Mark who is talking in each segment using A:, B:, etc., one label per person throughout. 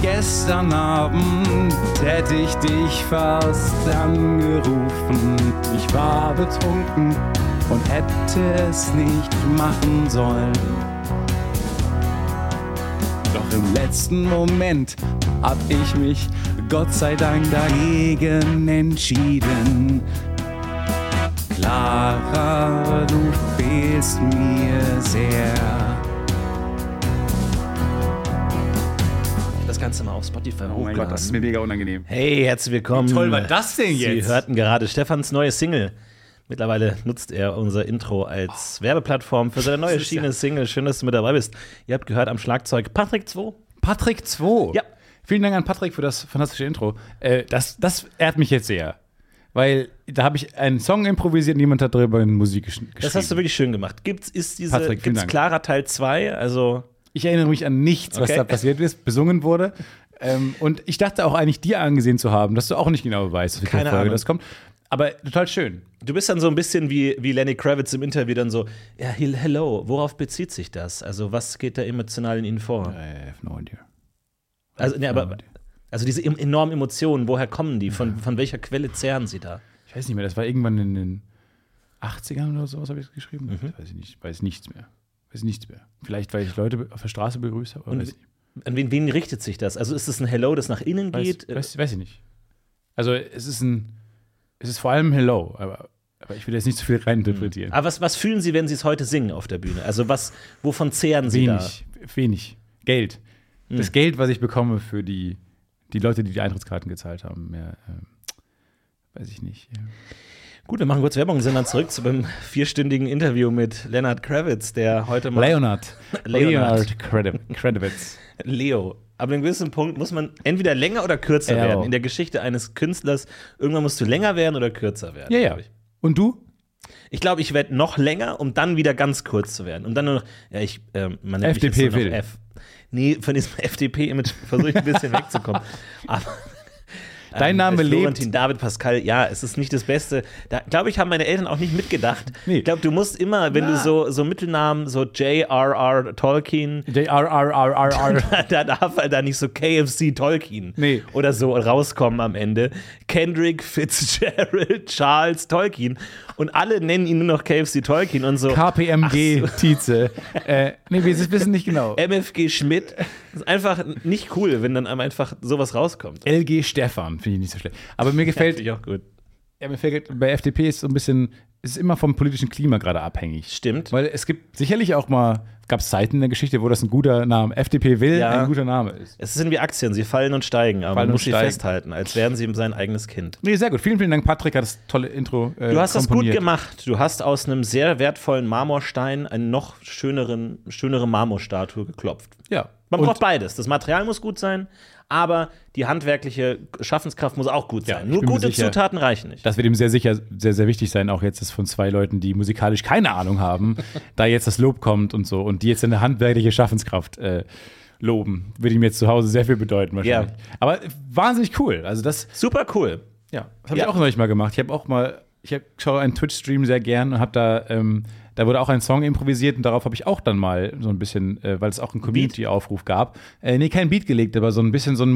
A: gestern Abend hätte ich dich fast angerufen. Ich war betrunken und hätte es nicht machen sollen. Doch im letzten Moment hab ich mich Gott sei Dank dagegen entschieden. Clara, du fehlst mir sehr.
B: Das Ganze mal auf Spotify
C: Oh Gott, das ist mir mega unangenehm.
B: Hey, herzlich willkommen.
C: Wie toll war das denn
B: Sie
C: jetzt?
B: hörten gerade Stefans neue Single. Mittlerweile nutzt er unser Intro als Werbeplattform für seine neue
C: ist ja-
B: Schiene Single. Schön, dass du mit dabei bist. Ihr habt gehört am Schlagzeug Patrick 2.
A: Patrick 2.
B: Ja.
A: Vielen Dank an Patrick für das fantastische Intro. Äh, das, das ehrt mich jetzt sehr. Weil da habe ich einen Song improvisiert und jemand hat darüber eine Musik gesch geschrieben.
B: Das hast du wirklich schön gemacht. Gibt's ist diese
A: Patrick, vielen
B: gibt's
A: Dank.
B: klarer Teil 2, also
A: ich erinnere mich an nichts, was
B: Okay.
A: da passiert ist, besungen wurde. Ähm, und ich dachte auch eigentlich dir angesehen zu haben, dass du auch nicht genau weißt, welche
B: Keine
A: Folge
B: Ahnung.
A: das kommt. Aber total schön.
B: du bist dann so ein bisschen wie, wie Lenny Kravitz im Interview dann so, ja, he- hello, worauf bezieht sich das? Also, was geht da emotional in Ihnen vor?
A: I have Äh, no idea.
B: Also, nee, aber
C: genau.
B: also diese em- enormen Emotionen, woher kommen die? Von, von welcher Quelle zehren sie da?
A: Ich weiß nicht mehr, das war irgendwann in den 80ern oder sowas, habe ich es geschrieben.
B: Mhm.
A: Das weiß ich nicht, weiß nichts mehr. Weiß nichts mehr. Vielleicht, weil ich Leute be- auf der Straße begrüßt habe. aber weiß ich nicht.
B: An wen, wen richtet sich das? Also ist es ein Hello, das nach innen
A: Weiß,
B: geht? äh,
A: weiß, weiß ich nicht. Also es ist ein, es ist vor allem Hello, aber, aber ich will jetzt nicht zu viel reininterpretieren.
B: Aber Ah, was, was fühlen Sie, wenn Sie es heute singen auf der Bühne? Also was, wovon zehren Sie Hm.
A: Wenig, wenig. Geld. Das Geld, was ich bekomme für die, die Leute, die die Eintrittskarten gezahlt haben, mehr, ähm, weiß ich nicht.
B: Hm.
A: Ja.
B: da? Gut, wir machen kurz Werbung und sind dann zurück zu einem vierstündigen Interview mit Leonard Kravitz, der heute mal
A: Leonard.
B: Leonard.
A: Leonard Kredi- Kredewitz.
B: Leo. Ab einem gewissen Punkt muss man entweder länger oder kürzer
A: Leo.
B: werden. In der Geschichte eines Künstlers, irgendwann musst du länger werden oder kürzer werden.
A: ja, ja.
B: glaub Ich,
A: Und du?
B: ich glaube, ich werde noch länger, um dann wieder ganz kurz zu werden. Um dann nur noch, ja, ich, ähm, man nennt mich jetzt
A: FDP
B: nur noch
A: will.
B: F. Nee, von diesem FDP-Image versuche ich ein bisschen wegzukommen. Aber
A: Dein Name
B: Florentin,
A: lebt.
B: Florentin, David, Pascal, ja, es ist nicht das Beste. Da glaube ich, haben meine Eltern auch nicht mitgedacht.
A: Nee.
B: Ich glaube, du musst immer, wenn du so, so Mittelnamen, so J.R.R. Tolkien,
A: J-R-R-R-R-R.
B: da darf er da nicht so KFC Tolkien
A: Nee.
B: oder so rauskommen am Ende. Kendrick Fitzgerald Charles Tolkien. Und alle nennen ihn nur noch KFC Tolkien und so.
A: KPMG Tietze. äh, nee, wir wissen nicht genau.
B: MFG Schmidt. Das ist einfach nicht cool, wenn dann einem einfach sowas rauskommt.
A: LG Stefan, finde ich nicht so schlecht. Aber mir gefällt,
B: Finde ich auch gut.
A: ja, mir gefällt bei FDP ist so ein bisschen, es ist immer vom politischen Klima gerade abhängig.
B: Stimmt.
A: Weil es gibt sicherlich auch mal, gab es Zeiten in der Geschichte, wo das ein guter Name, FDP will,
B: Ja.
A: ein guter Name ist.
B: Es sind wie Aktien, sie fallen und steigen, aber
A: Fallen
B: man
A: und
B: muss sie
A: steigen.
B: festhalten, als wären sie sein eigenes Kind.
A: Nee, sehr gut. Vielen, vielen Dank, Patrick, hat das tolle Intro. Äh,
B: Du hast das gut
A: komponiert.
B: gemacht. Du hast aus einem sehr wertvollen Marmorstein eine noch schöneren, schönere Marmorstatue geklopft.
A: Ja.
B: Man
A: Und
B: braucht beides. Das Material muss gut sein, aber die handwerkliche Schaffenskraft muss auch gut
A: Ja,
B: sein.
A: ich
B: Nur
A: bin mir
B: gute
A: sicher,
B: Zutaten reichen nicht.
A: das wird ihm sehr sicher, sehr, sehr wichtig sein, auch jetzt dass von zwei Leuten, die musikalisch keine Ahnung haben, da jetzt das Lob kommt und so und die jetzt eine handwerkliche Schaffenskraft äh, loben. Würde ihm jetzt zu Hause sehr viel bedeuten wahrscheinlich. Aber wahnsinnig cool. Also das,
B: Super cool.
A: Ja, das habe
B: Ja.
A: ich auch neulich mal gemacht. Ich habe auch mal, ich hab, schaue einen Twitch-Stream sehr gern und habe da, ähm, da wurde auch ein Song improvisiert und darauf habe ich auch dann mal so ein bisschen, äh, weil es auch einen Community-Aufruf gab, äh, nee, kein Beat gelegt, aber so ein bisschen so ein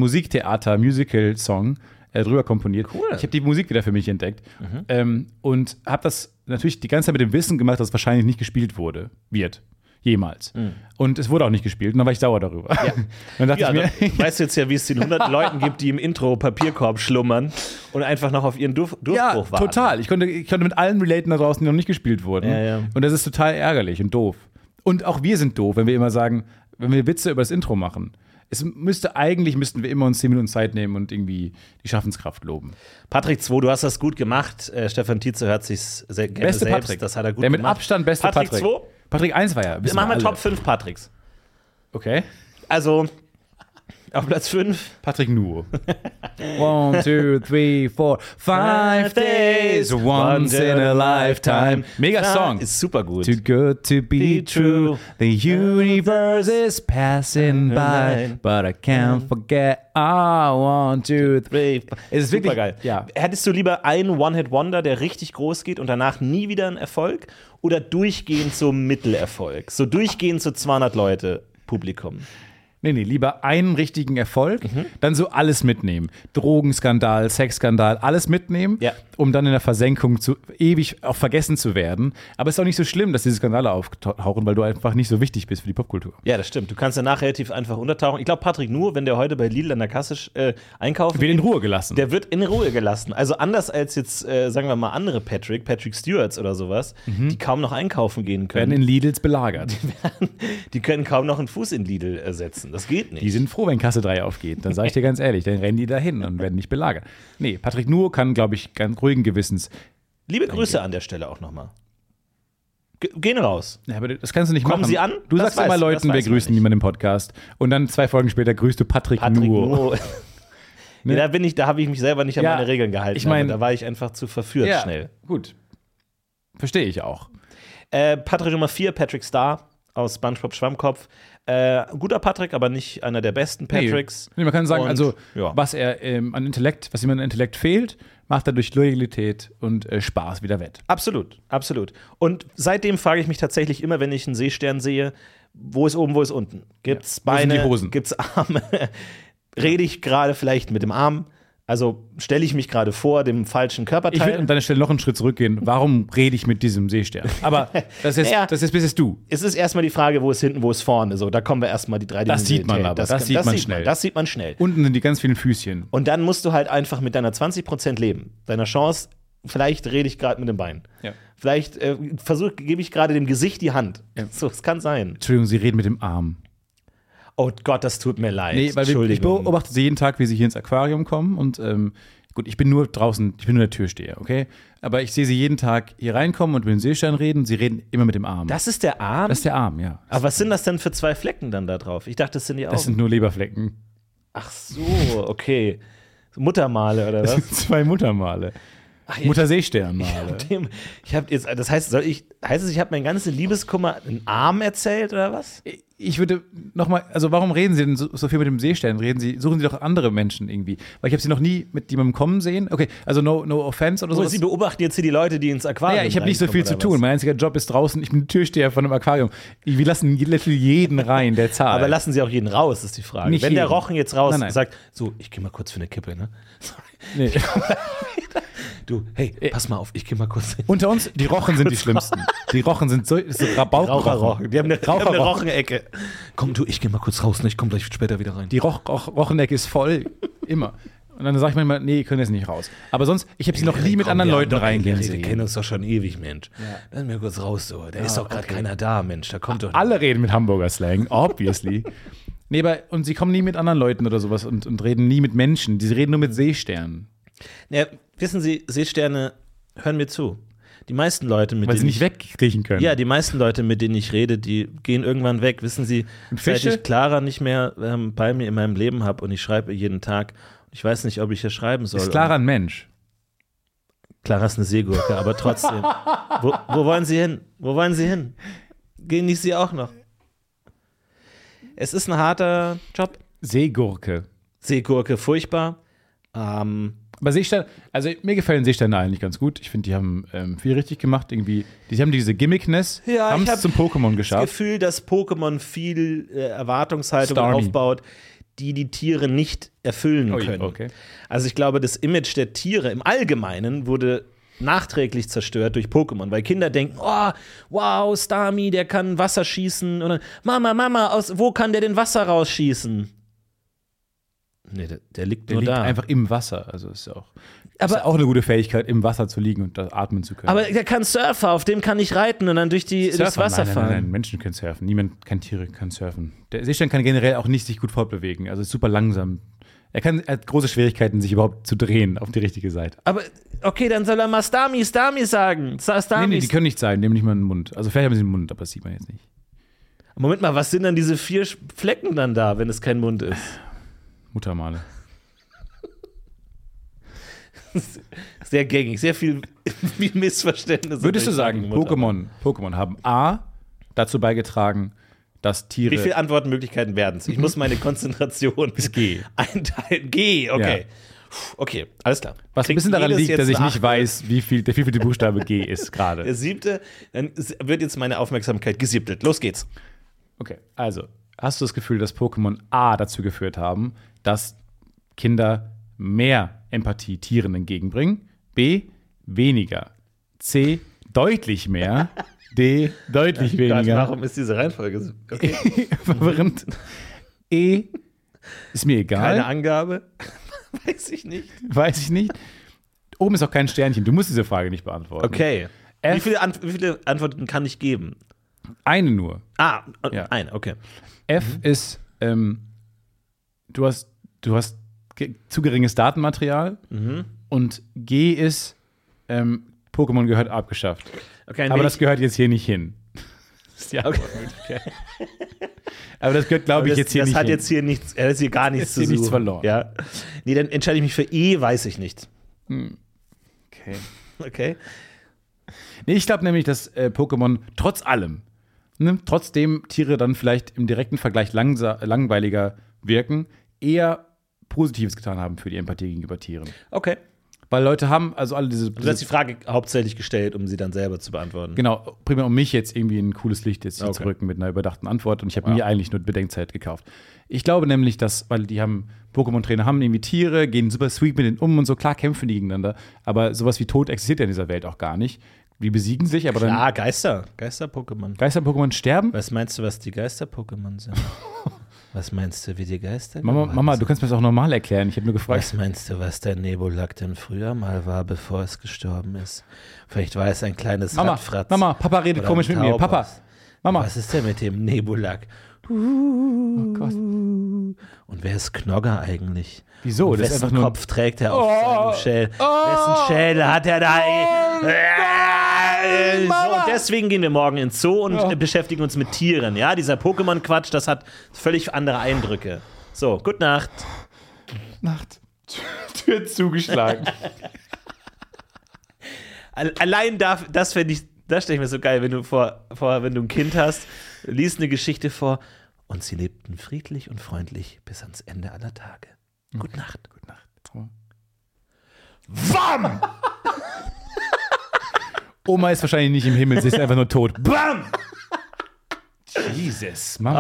A: Musiktheater-Musical-Song äh, drüber komponiert. Cool. Ich habe die Musik wieder für mich entdeckt
B: Mhm.
A: ähm, und habe das natürlich die ganze Zeit mit dem Wissen gemacht, dass es wahrscheinlich nicht gespielt wurde, wird. Jemals. Und es wurde auch nicht gespielt und dann war ich sauer darüber. Und dann dachte
B: Mhm. Ja, also
A: ich mir,
B: dann weißt du jetzt ja, wie es den 100 Leuten gibt, die im Intro Papierkorb schlummern und einfach noch auf ihren Durf Durchbruch
A: Ja,
B: warten.
A: total. Ich konnte, ich konnte mit allen relaten da draußen, die noch nicht gespielt wurden.
B: Ja, ja.
A: Und das ist total ärgerlich und doof. Und auch wir sind doof, wenn wir immer sagen, wenn wir Witze über das Intro machen. Es müsste, eigentlich müssten wir immer uns 10 Minuten Zeit nehmen und irgendwie die Schaffenskraft loben.
B: Patrick 2, du hast das gut gemacht. Äh, Stefan Tietze hört sich sehr gerne
A: Beste
B: selbst.
A: Patrick.
B: Das hat er gut
A: Der mit
B: gemacht.
A: Abstand beste Patrick.
B: Patrick 2,
A: Patrick 1 war ja. wissen
B: machen wir
A: alle.
B: Top 5 Patricks.
A: Okay.
B: Also auf Platz 5.
A: Patrick Nuo. one, two, three, four, five days, once in a lifetime. Mega Song.
B: Ist super gut.
A: Too good to be
B: Be true.
A: true. The universe is passing by, but I can't forget. I want to. Es ist wirklich-
B: geil.
A: ja.
B: Hättest du lieber einen One-Hit-Wonder, der richtig groß geht und danach nie wieder ein Erfolg oder durchgehend so Mittelerfolg? So durchgehend so 200 Leute Publikum.
A: Nee, nee, lieber einen richtigen Erfolg,
B: Mhm.
A: dann so alles mitnehmen. Drogenskandal, Sexskandal, alles mitnehmen,
B: Ja.
A: um dann in der Versenkung zu, ewig auch vergessen zu werden. Aber es ist auch nicht so schlimm, dass diese Skandale auftauchen, weil du einfach nicht so wichtig bist für die Popkultur.
B: Ja, das stimmt. Du kannst danach relativ einfach untertauchen. Ich glaube, Patrick nur, wenn der heute bei Lidl an der Kasse äh, einkaufen
A: Wird in Ruhe gelassen.
B: Der wird in Ruhe gelassen. Also anders als jetzt, äh, sagen wir mal, andere Patrick, Patrick Stewarts oder sowas, die kaum noch einkaufen gehen
A: werden
B: können.
A: in Lidls belagert.
B: Die können kaum noch einen Fuß in Lidl äh, setzen. Das geht nicht.
A: Die sind froh, wenn Kasse 3 aufgeht. Dann sage ich dir ganz ehrlich, dann rennen die dahin und werden nicht belagert. Nee, Patrick Nuhr kann, glaube ich, ganz ruhigen Gewissens.
B: Liebe Grüße an der Stelle auch nochmal. Ge- Gehen raus.
A: Ja, aber das kannst du nicht
B: Kommen
A: machen.
B: Sie an?
A: Du
B: Das
A: sagst immer
B: weiß-
A: Leuten,
B: das
A: wir
B: weiß man
A: grüßen
B: nicht.
A: niemanden im Podcast. Und dann zwei Folgen später grüßt du Patrick,
B: Patrick
A: Nuhr.
B: nur. Nee, da bin ich, da habe ich mich selber nicht an
A: Ja,
B: meine Regeln gehalten.
A: ich mein-
B: aber da war ich einfach zu verführt
A: Ja,
B: schnell.
A: gut. Verstehe ich auch.
B: Äh, Patrick Nummer 4, Patrick Star aus SpongeBob Schwammkopf. Äh, guter Patrick, aber nicht einer der besten Patricks.
A: Nee, man kann sagen,
B: Und,
A: also,
B: ja.
A: was er ähm, an Intellekt, was ihm an Intellekt fehlt, macht er durch Loyalität und äh, Spaß wieder wett.
B: Absolut, absolut. Und seitdem frage ich mich tatsächlich immer, wenn ich einen Seestern sehe, wo ist oben, wo ist unten? Gibt's
A: Ja, wo sind
B: Beine?
A: die Hosen?
B: Gibt's Arme? Rede ich gerade vielleicht mit dem Arm? Also stelle ich mich gerade vor, dem falschen
A: Ich würde
B: Körperteil?
A: an deiner Stelle noch einen Schritt zurückgehen. Warum rede ich mit diesem Seestern? Aber das ist,
B: Naja.
A: das ist, bist jetzt du.
B: es ist erstmal die Frage, wo ist hinten, wo ist vorne. So, da kommen wir erstmal die drei
A: Das sieht man
B: Dimensionalität.
A: aber, das sieht man schnell.
B: das sieht man schnell.
A: Unten sind die ganz vielen Füßchen.
B: Und dann musst du halt einfach mit deiner 20% leben. Deiner Chance, vielleicht rede ich gerade mit dem Bein.
A: Ja.
B: Vielleicht äh, versuch, gebe ich gerade dem Gesicht die Hand. So, es kann sein.
A: Entschuldigung, sie reden mit dem Arm.
B: Oh Gott, das tut mir leid.
A: Nee, weil wir, ich
B: Entschuldigung.
A: beobachte sie jeden Tag, wie sie hier ins Aquarium kommen und ähm, gut, ich bin nur draußen, ich bin nur der Türsteher, okay? Aber ich sehe sie jeden Tag hier reinkommen und mit dem Seestern reden. Sie reden immer mit dem Arm.
B: das ist der Arm?
A: das ist der Arm, ja.
B: aber was sind das denn für zwei Flecken dann da drauf? Ich dachte, das sind die Augen.
A: Das sind nur Leberflecken.
B: Ach so, okay. Muttermale oder
A: Das
B: was?
A: sind zwei Muttermale.
B: Ach, ich-
A: Mutterseesternmale.
B: Dem- Ich habe jetzt, das heißt, soll ich, heißt es, ich habe meinen ganzen Liebeskummer einen Arm erzählt oder was?
A: Ich würde nochmal, also warum reden Sie denn so, so viel mit dem Seestern? Reden Sie, suchen Sie doch andere Menschen irgendwie. Weil ich habe Sie noch nie mit jemandem kommen sehen. Okay, also no, no offense oder so.
B: Sie beobachten jetzt hier die Leute, die ins Aquarium
A: Naja, ich habe nicht so viel zu
B: reinkommen, oder
A: tun.
B: was?
A: Mein einziger Job ist draußen. Ich bin Türsteher von einem Aquarium. Wir lassen literally jeden rein, der zahlt.
B: Aber lassen sie auch jeden raus, ist die Frage.
A: Nicht
B: Wenn der
A: jeden.
B: Rochen jetzt raus
A: Nein, nein.
B: sagt, so, ich gehe mal kurz für eine Kippe, ne? Sorry.
A: nee.
B: Du, hey,
A: Äh,
B: pass mal auf, ich gehe mal kurz.
A: Unter uns, die Rochen sind die schlimmsten. Die Rochen sind so, so Rabaukenrochen.
B: Raucherrochen. Die haben eine, die haben eine
A: Raucherrochen.
B: Rochenecke.
D: Komm du, ich geh mal kurz raus, ne? ich komm gleich später wieder rein.
A: Die Roch, Roch, Rochenecke ist voll. Immer. Und dann sage ich manchmal, nee, ihr könnt jetzt nicht raus. Aber sonst, ich habe sie noch nie mit
B: Komm,
A: anderen
B: wir haben
A: Leuten
B: doch-
A: reingehen
B: Wir kennen
A: sehen.
B: uns doch schon ewig, Mensch. Lass mir kurz raus, so. Da
A: Ah,
B: ist doch gerade keiner da, Mensch. Da kommt doch.
A: Alle reden mit Hamburger Slang, obviously. Nee, aber, und sie kommen nie mit anderen Leuten oder sowas und, und reden nie mit Menschen. Die reden nur mit Seesternen,
B: Ja, wissen Sie, Seesterne, hören mir zu. Die meisten Leute, mit
A: weil
B: denen
A: sie nicht wegkriechen können.
B: Ja, die meisten Leute, mit denen ich rede, die gehen irgendwann weg. Wissen Sie, seit
A: Fische?
B: ich Clara nicht mehr ähm, bei mir in meinem Leben habe und ich schreibe ihr jeden Tag, ich weiß nicht, ob ich hier schreiben soll.
A: ist Clara ein Mensch?
B: Und Clara ist eine Seegurke, aber trotzdem. wo, wo wollen Sie hin? Wo wollen Sie hin? Gehen ich Sie auch noch? Es ist ein harter Job.
A: Seegurke.
B: Seegurke, furchtbar. Ähm,
A: Aber Seestern, also mir gefallen Seesterne eigentlich ganz gut. Ich finde, die haben ähm, viel richtig gemacht. Irgendwie, die haben diese Gimmickness,
B: Ja,
A: haben
B: ich hab
A: es zum Pokémon
B: das
A: geschafft.
B: Gefühl, dass Pokémon viel äh, Erwartungshaltung
A: Starmie.
B: aufbaut, die die Tiere nicht erfüllen
A: Ui,
B: können.
A: okay.
B: Also ich glaube, das Image der Tiere im Allgemeinen wurde nachträglich zerstört durch Pokémon, weil Kinder denken, oh, wow, Starmie, der kann Wasser schießen und dann, Mama, Mama, aus wo kann der denn Wasser rausschießen? Nee, der, der liegt
A: Der
B: nur
A: liegt
B: da.
A: einfach im Wasser. Also ist ja auch, ist
B: Aber-
A: ja auch eine gute Fähigkeit, im Wasser zu liegen und da atmen zu können.
B: aber der kann Surfer, auf dem kann ich reiten und dann durch die, durchs
A: Surfen?
B: Wasser
A: nein, nein,
B: fahren.
A: Nein, nein, Menschen können surfen. Niemand, kein Tiere kann surfen. Der Seestern kann generell auch nicht sich gut fortbewegen. Also ist super langsam. Er, kann, er hat große Schwierigkeiten, sich überhaupt zu drehen auf die richtige Seite.
B: Aber okay, dann soll er mal Starmie, Starmie sagen. Star,
A: Nee,
B: Starmie,
A: nee, die können nicht sein, nehmen nicht mal einen Mund. Also vielleicht haben sie einen Mund, aber das sieht man jetzt nicht.
B: Moment mal, was sind dann diese vier Sch- Flecken dann da, wenn es kein Mund ist?
A: Muttermale.
B: Sehr gängig, sehr viel, viel Missverständnis.
A: Würdest du sagen,
B: Mutter.
A: Pokémon, Pokémon haben A dazu beigetragen, dass Tiere.
B: Wie viele Antwortmöglichkeiten werden es? Ich muss meine Konzentration bis
A: G.
B: einteilen. G, okay. Puh, Okay, alles klar.
A: was ein
B: Kriegt
A: bisschen daran
B: jedes
A: liegt,
B: jetzt
A: dass ich
B: eine
A: nicht
B: Acht?
A: weiß, wie viel der wievielte Buchstabe G ist
B: Der
A: gerade.
B: siebte, dann s- wird jetzt meine Aufmerksamkeit gesiebtet. Los geht's.
A: Okay, also hast du das Gefühl, dass Pokémon A dazu geführt haben, dass Kinder mehr Empathie Tieren entgegenbringen? B, weniger. C, deutlich mehr. D, deutlich weniger.
B: Also warum ist diese Reihenfolge so? Okay.
A: Verwirrend. E, ist mir egal.
B: Keine Angabe. Weiß ich nicht.
A: Weiß ich nicht. Oben ist auch kein Sternchen. Du musst diese Frage nicht beantworten.
B: Okay.
A: F.
B: Wie viele, Ant wie viele Antworten kann ich geben?
A: Eine nur.
B: Ah,
A: Ja.
B: eine, okay. Mhm.
A: F ist, ähm, du hast, du hast ge- zu geringes Datenmaterial.
B: Mhm.
A: Und G ist, ähm, Pokémon gehört abgeschafft.
B: okay ein
A: Aber
B: wenig-
A: das gehört jetzt hier nicht hin.
B: ja, Äh, okay.
A: Aber das gehört, glaube ich,
B: das,
A: jetzt hier
B: das
A: nicht
B: hat
A: hin.
B: jetzt hier nichts, äh, das ist hier gar nichts zu
A: hier
B: suchen.
A: nichts verloren.
B: Ja. Nee, dann entscheide ich mich für E, weiß ich nicht.
A: okay.
B: Okay.
A: Nee, ich glaube nämlich, dass äh, Pokémon trotz allem, ne, trotzdem Tiere dann vielleicht im direkten Vergleich langsa- langweiliger wirken, eher Positives getan haben für die Empathie gegenüber Tieren.
B: Okay.
A: Weil Leute haben, also alle diese.
B: Du hast die Frage hauptsächlich gestellt, um sie dann selber zu beantworten.
A: Genau, primär um mich jetzt irgendwie in ein cooles Licht jetzt hier
B: Okay.
A: zu rücken mit einer überdachten Antwort und ich habe mir eigentlich nur Bedenkzeit gekauft. Ich glaube nämlich, dass, weil die haben, Pokémon-Trainer haben irgendwie Tiere, gehen super sweet mit denen um und so, klar kämpfen die gegeneinander, aber sowas wie Tod existiert ja in dieser Welt auch gar nicht. Die besiegen sich, aber dann
B: Ah, Geister. Geister-Pokémon.
A: Geister-Pokémon sterben.
B: Was meinst du, was die Geister-Pokémon sind? was meinst du, wie die Geister
A: Mama,
B: geworden
A: Mama,
B: sind?
A: du kannst mir das auch normal erklären. Ich habe nur gefragt.
B: Was meinst du, was dein Nebulak denn früher mal war, bevor es gestorben ist? Vielleicht war es ein kleines
A: Mama,
B: Radfratz.
A: Mama, Papa redet
B: Oder
A: komisch
B: ein
A: mit mir.
B: Taubos.
A: Papa, Mama.
B: Was ist denn mit dem Nebulak?
A: Oh Gott.
B: Und wer ist Knogger eigentlich?
A: Wieso?
B: Und
A: Das ist
B: wessen
A: einfach nur- Oh.
B: Kopf trägt er auf seinem Schädel? Wessen Schädel hat er da? Äh, so, und deswegen gehen wir morgen ins Zoo und
A: Oh.
B: äh, beschäftigen uns mit Tieren. Ja, dieser Pokémon-Quatsch, das hat völlig andere Eindrücke. So, gute Nacht.
A: Nacht. Tür zugeschlagen.
B: Al- Allein da, das fände ich, das stelle ich mir so geil, wenn du vor, vor, wenn du ein Kind hast, liest eine Geschichte vor und sie lebten friedlich und freundlich bis ans Ende aller Tage.
A: Mhm.
B: Gute Nacht. Gute Nacht. Wam!
A: Oma ist wahrscheinlich nicht im Himmel, sie ist einfach nur tot. Bam! Jesus, Mama.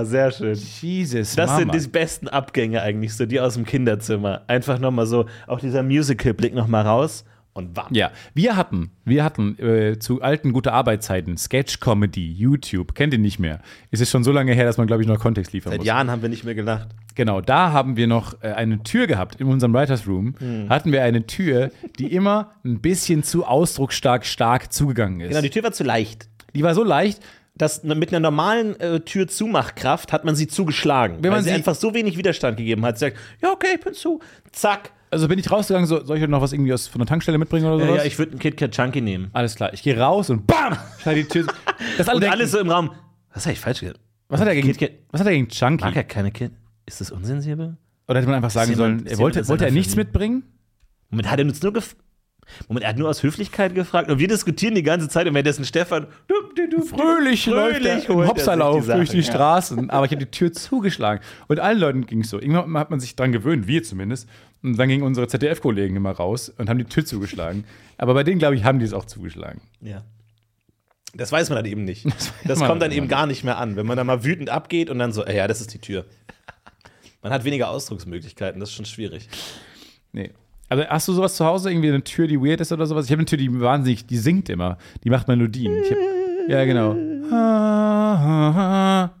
B: Ah, sehr schön.
A: Jesus,
B: Das
A: Mama.
B: sind die besten Abgänge eigentlich, so die aus dem Kinderzimmer. Einfach nochmal so, auch dieser Musical-Blick nochmal raus und wam.
A: ja, wir hatten, wir hatten äh, zu alten gute Arbeitszeiten Sketch-Comedy, YouTube, kennt ihr nicht mehr. Es ist schon so lange her, dass man, glaube ich, noch Kontext liefern
B: Seit
A: muss.
B: Jahren haben wir nicht mehr gelacht.
A: Genau, da haben wir noch äh, eine Tür gehabt. In unserem Writers Room
B: Hm.
A: hatten wir eine Tür, die immer ein bisschen zu ausdrucksstark stark zugegangen ist.
B: Genau, die Tür war zu leicht.
A: die war so leicht,
B: das mit einer normalen äh, Türzumachkraft hat man sie zugeschlagen,
A: Wenn
B: weil
A: man
B: sie,
A: sie-
B: einfach so wenig Widerstand gegeben hat. Sie sagt, ja okay, ich bin zu. Zack.
A: also bin ich rausgegangen, so, soll ich heute noch was irgendwie aus, von der Tankstelle mitbringen oder sowas?
B: ja, ich würde einen KitKat Chunky nehmen.
A: Alles klar, ich gehe raus und BAM! Schneide die Tür. Das alle
B: Und
A: denken,
B: alle so im Raum. Was habe ich falsch gesagt?
A: was, hat er gegen,
B: Kit Kat-
A: was hat er gegen Chunky?
B: Mag er keine Kit? Ist das unsensibel?
A: Oder hätte man einfach sagen
B: Ist jemand-
A: sollen,
B: ist
A: er wollte,
B: jemand
A: wollte er
B: seiner
A: nichts
B: Familie?
A: mitbringen?
B: Moment, hat er uns nur gef Moment, er hat nur aus Höflichkeit gefragt und wir diskutieren die ganze Zeit und währenddessen Stefan du, du, du,
A: Fröhlich,
B: läuft er
A: im
B: holt er
A: Hopserlauf
B: sich die
A: durch
B: Sachen,
A: die
B: ja.
A: Straßen. Aber ich habe die Tür zugeschlagen. Und allen Leuten ging es so. Irgendwann hat man sich dran gewöhnt, wir zumindest. Und dann gingen unsere ZDF-Kollegen immer raus und haben die Tür zugeschlagen. Aber bei denen, glaube ich, haben die es auch zugeschlagen.
B: Ja. Das weiß man dann eben nicht. Das,
A: man
B: kommt dann
A: dann
B: eben gar nicht mehr an. Wenn man da mal wütend abgeht und dann so, "Ey, ja, das ist die Tür. Man hat weniger Ausdrucksmöglichkeiten, das ist schon schwierig.
A: Nee. Also hast du sowas zu Hause? Irgendwie eine Tür, die weird ist oder sowas? Ich habe eine Tür, die wahnsinnig, die singt immer. Die macht Melodien. Ich hab, ja, genau.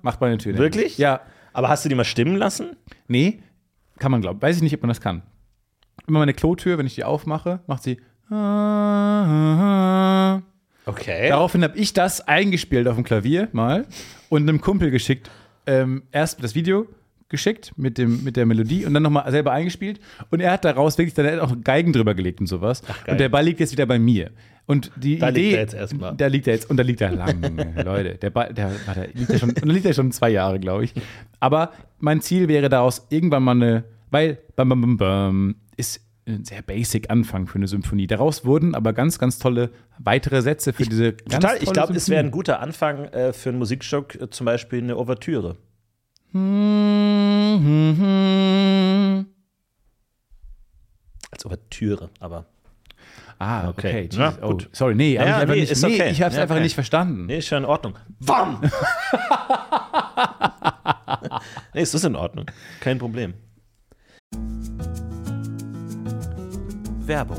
A: Macht meine Tür. nämlich.
B: Wirklich?
A: Ja.
B: Aber hast du die mal stimmen lassen?
A: Nee, kann man glauben. Weiß ich nicht, ob man das kann. Immer meine Klotür, wenn ich die aufmache, macht sie. Daraufhin
B: Okay.
A: habe ich das eingespielt auf dem Klavier mal und einem Kumpel geschickt. Ähm, erst das Video geschickt mit, dem, mit der Melodie und dann nochmal selber eingespielt. Und er hat daraus wirklich dann er hat auch Geigen drüber gelegt und sowas.
B: geil.
A: und der Ball liegt jetzt wieder bei mir. Und die
B: Da liegt
A: Idee,
B: er jetzt erstmal.
A: Da liegt er jetzt und da liegt er lange, Leute. Der, Ball, der, warte, liegt er schon, da liegt er schon zwei Jahre, glaube ich. Aber mein Ziel wäre daraus irgendwann mal eine, weil bam, bam, bam, bam, ist ein sehr basic Anfang für eine Symphonie. Daraus wurden aber ganz, ganz tolle weitere Sätze für diese ganz
B: Total, ich
A: tolle
B: glaube, es
A: Symphonie.
B: wäre ein guter Anfang äh, für einen Musikstück, äh, zum Beispiel eine Ouvertüre.
A: Mhm,
B: Als Ouvertüre, aber.
A: Ah,
B: Okay.
A: okay. Jesus.
B: Ja,
A: oh,
B: gut.
A: sorry, nee,
B: Ja,
A: hab ich einfach
B: nee,
A: nicht,
B: ist
A: nee,
B: okay.
A: ich habe es
B: Ja,
A: einfach
B: okay.
A: nicht verstanden.
B: Nee, ist schon in Ordnung. Wam! Nee, es ist in Ordnung. Kein Problem.
D: Werbung.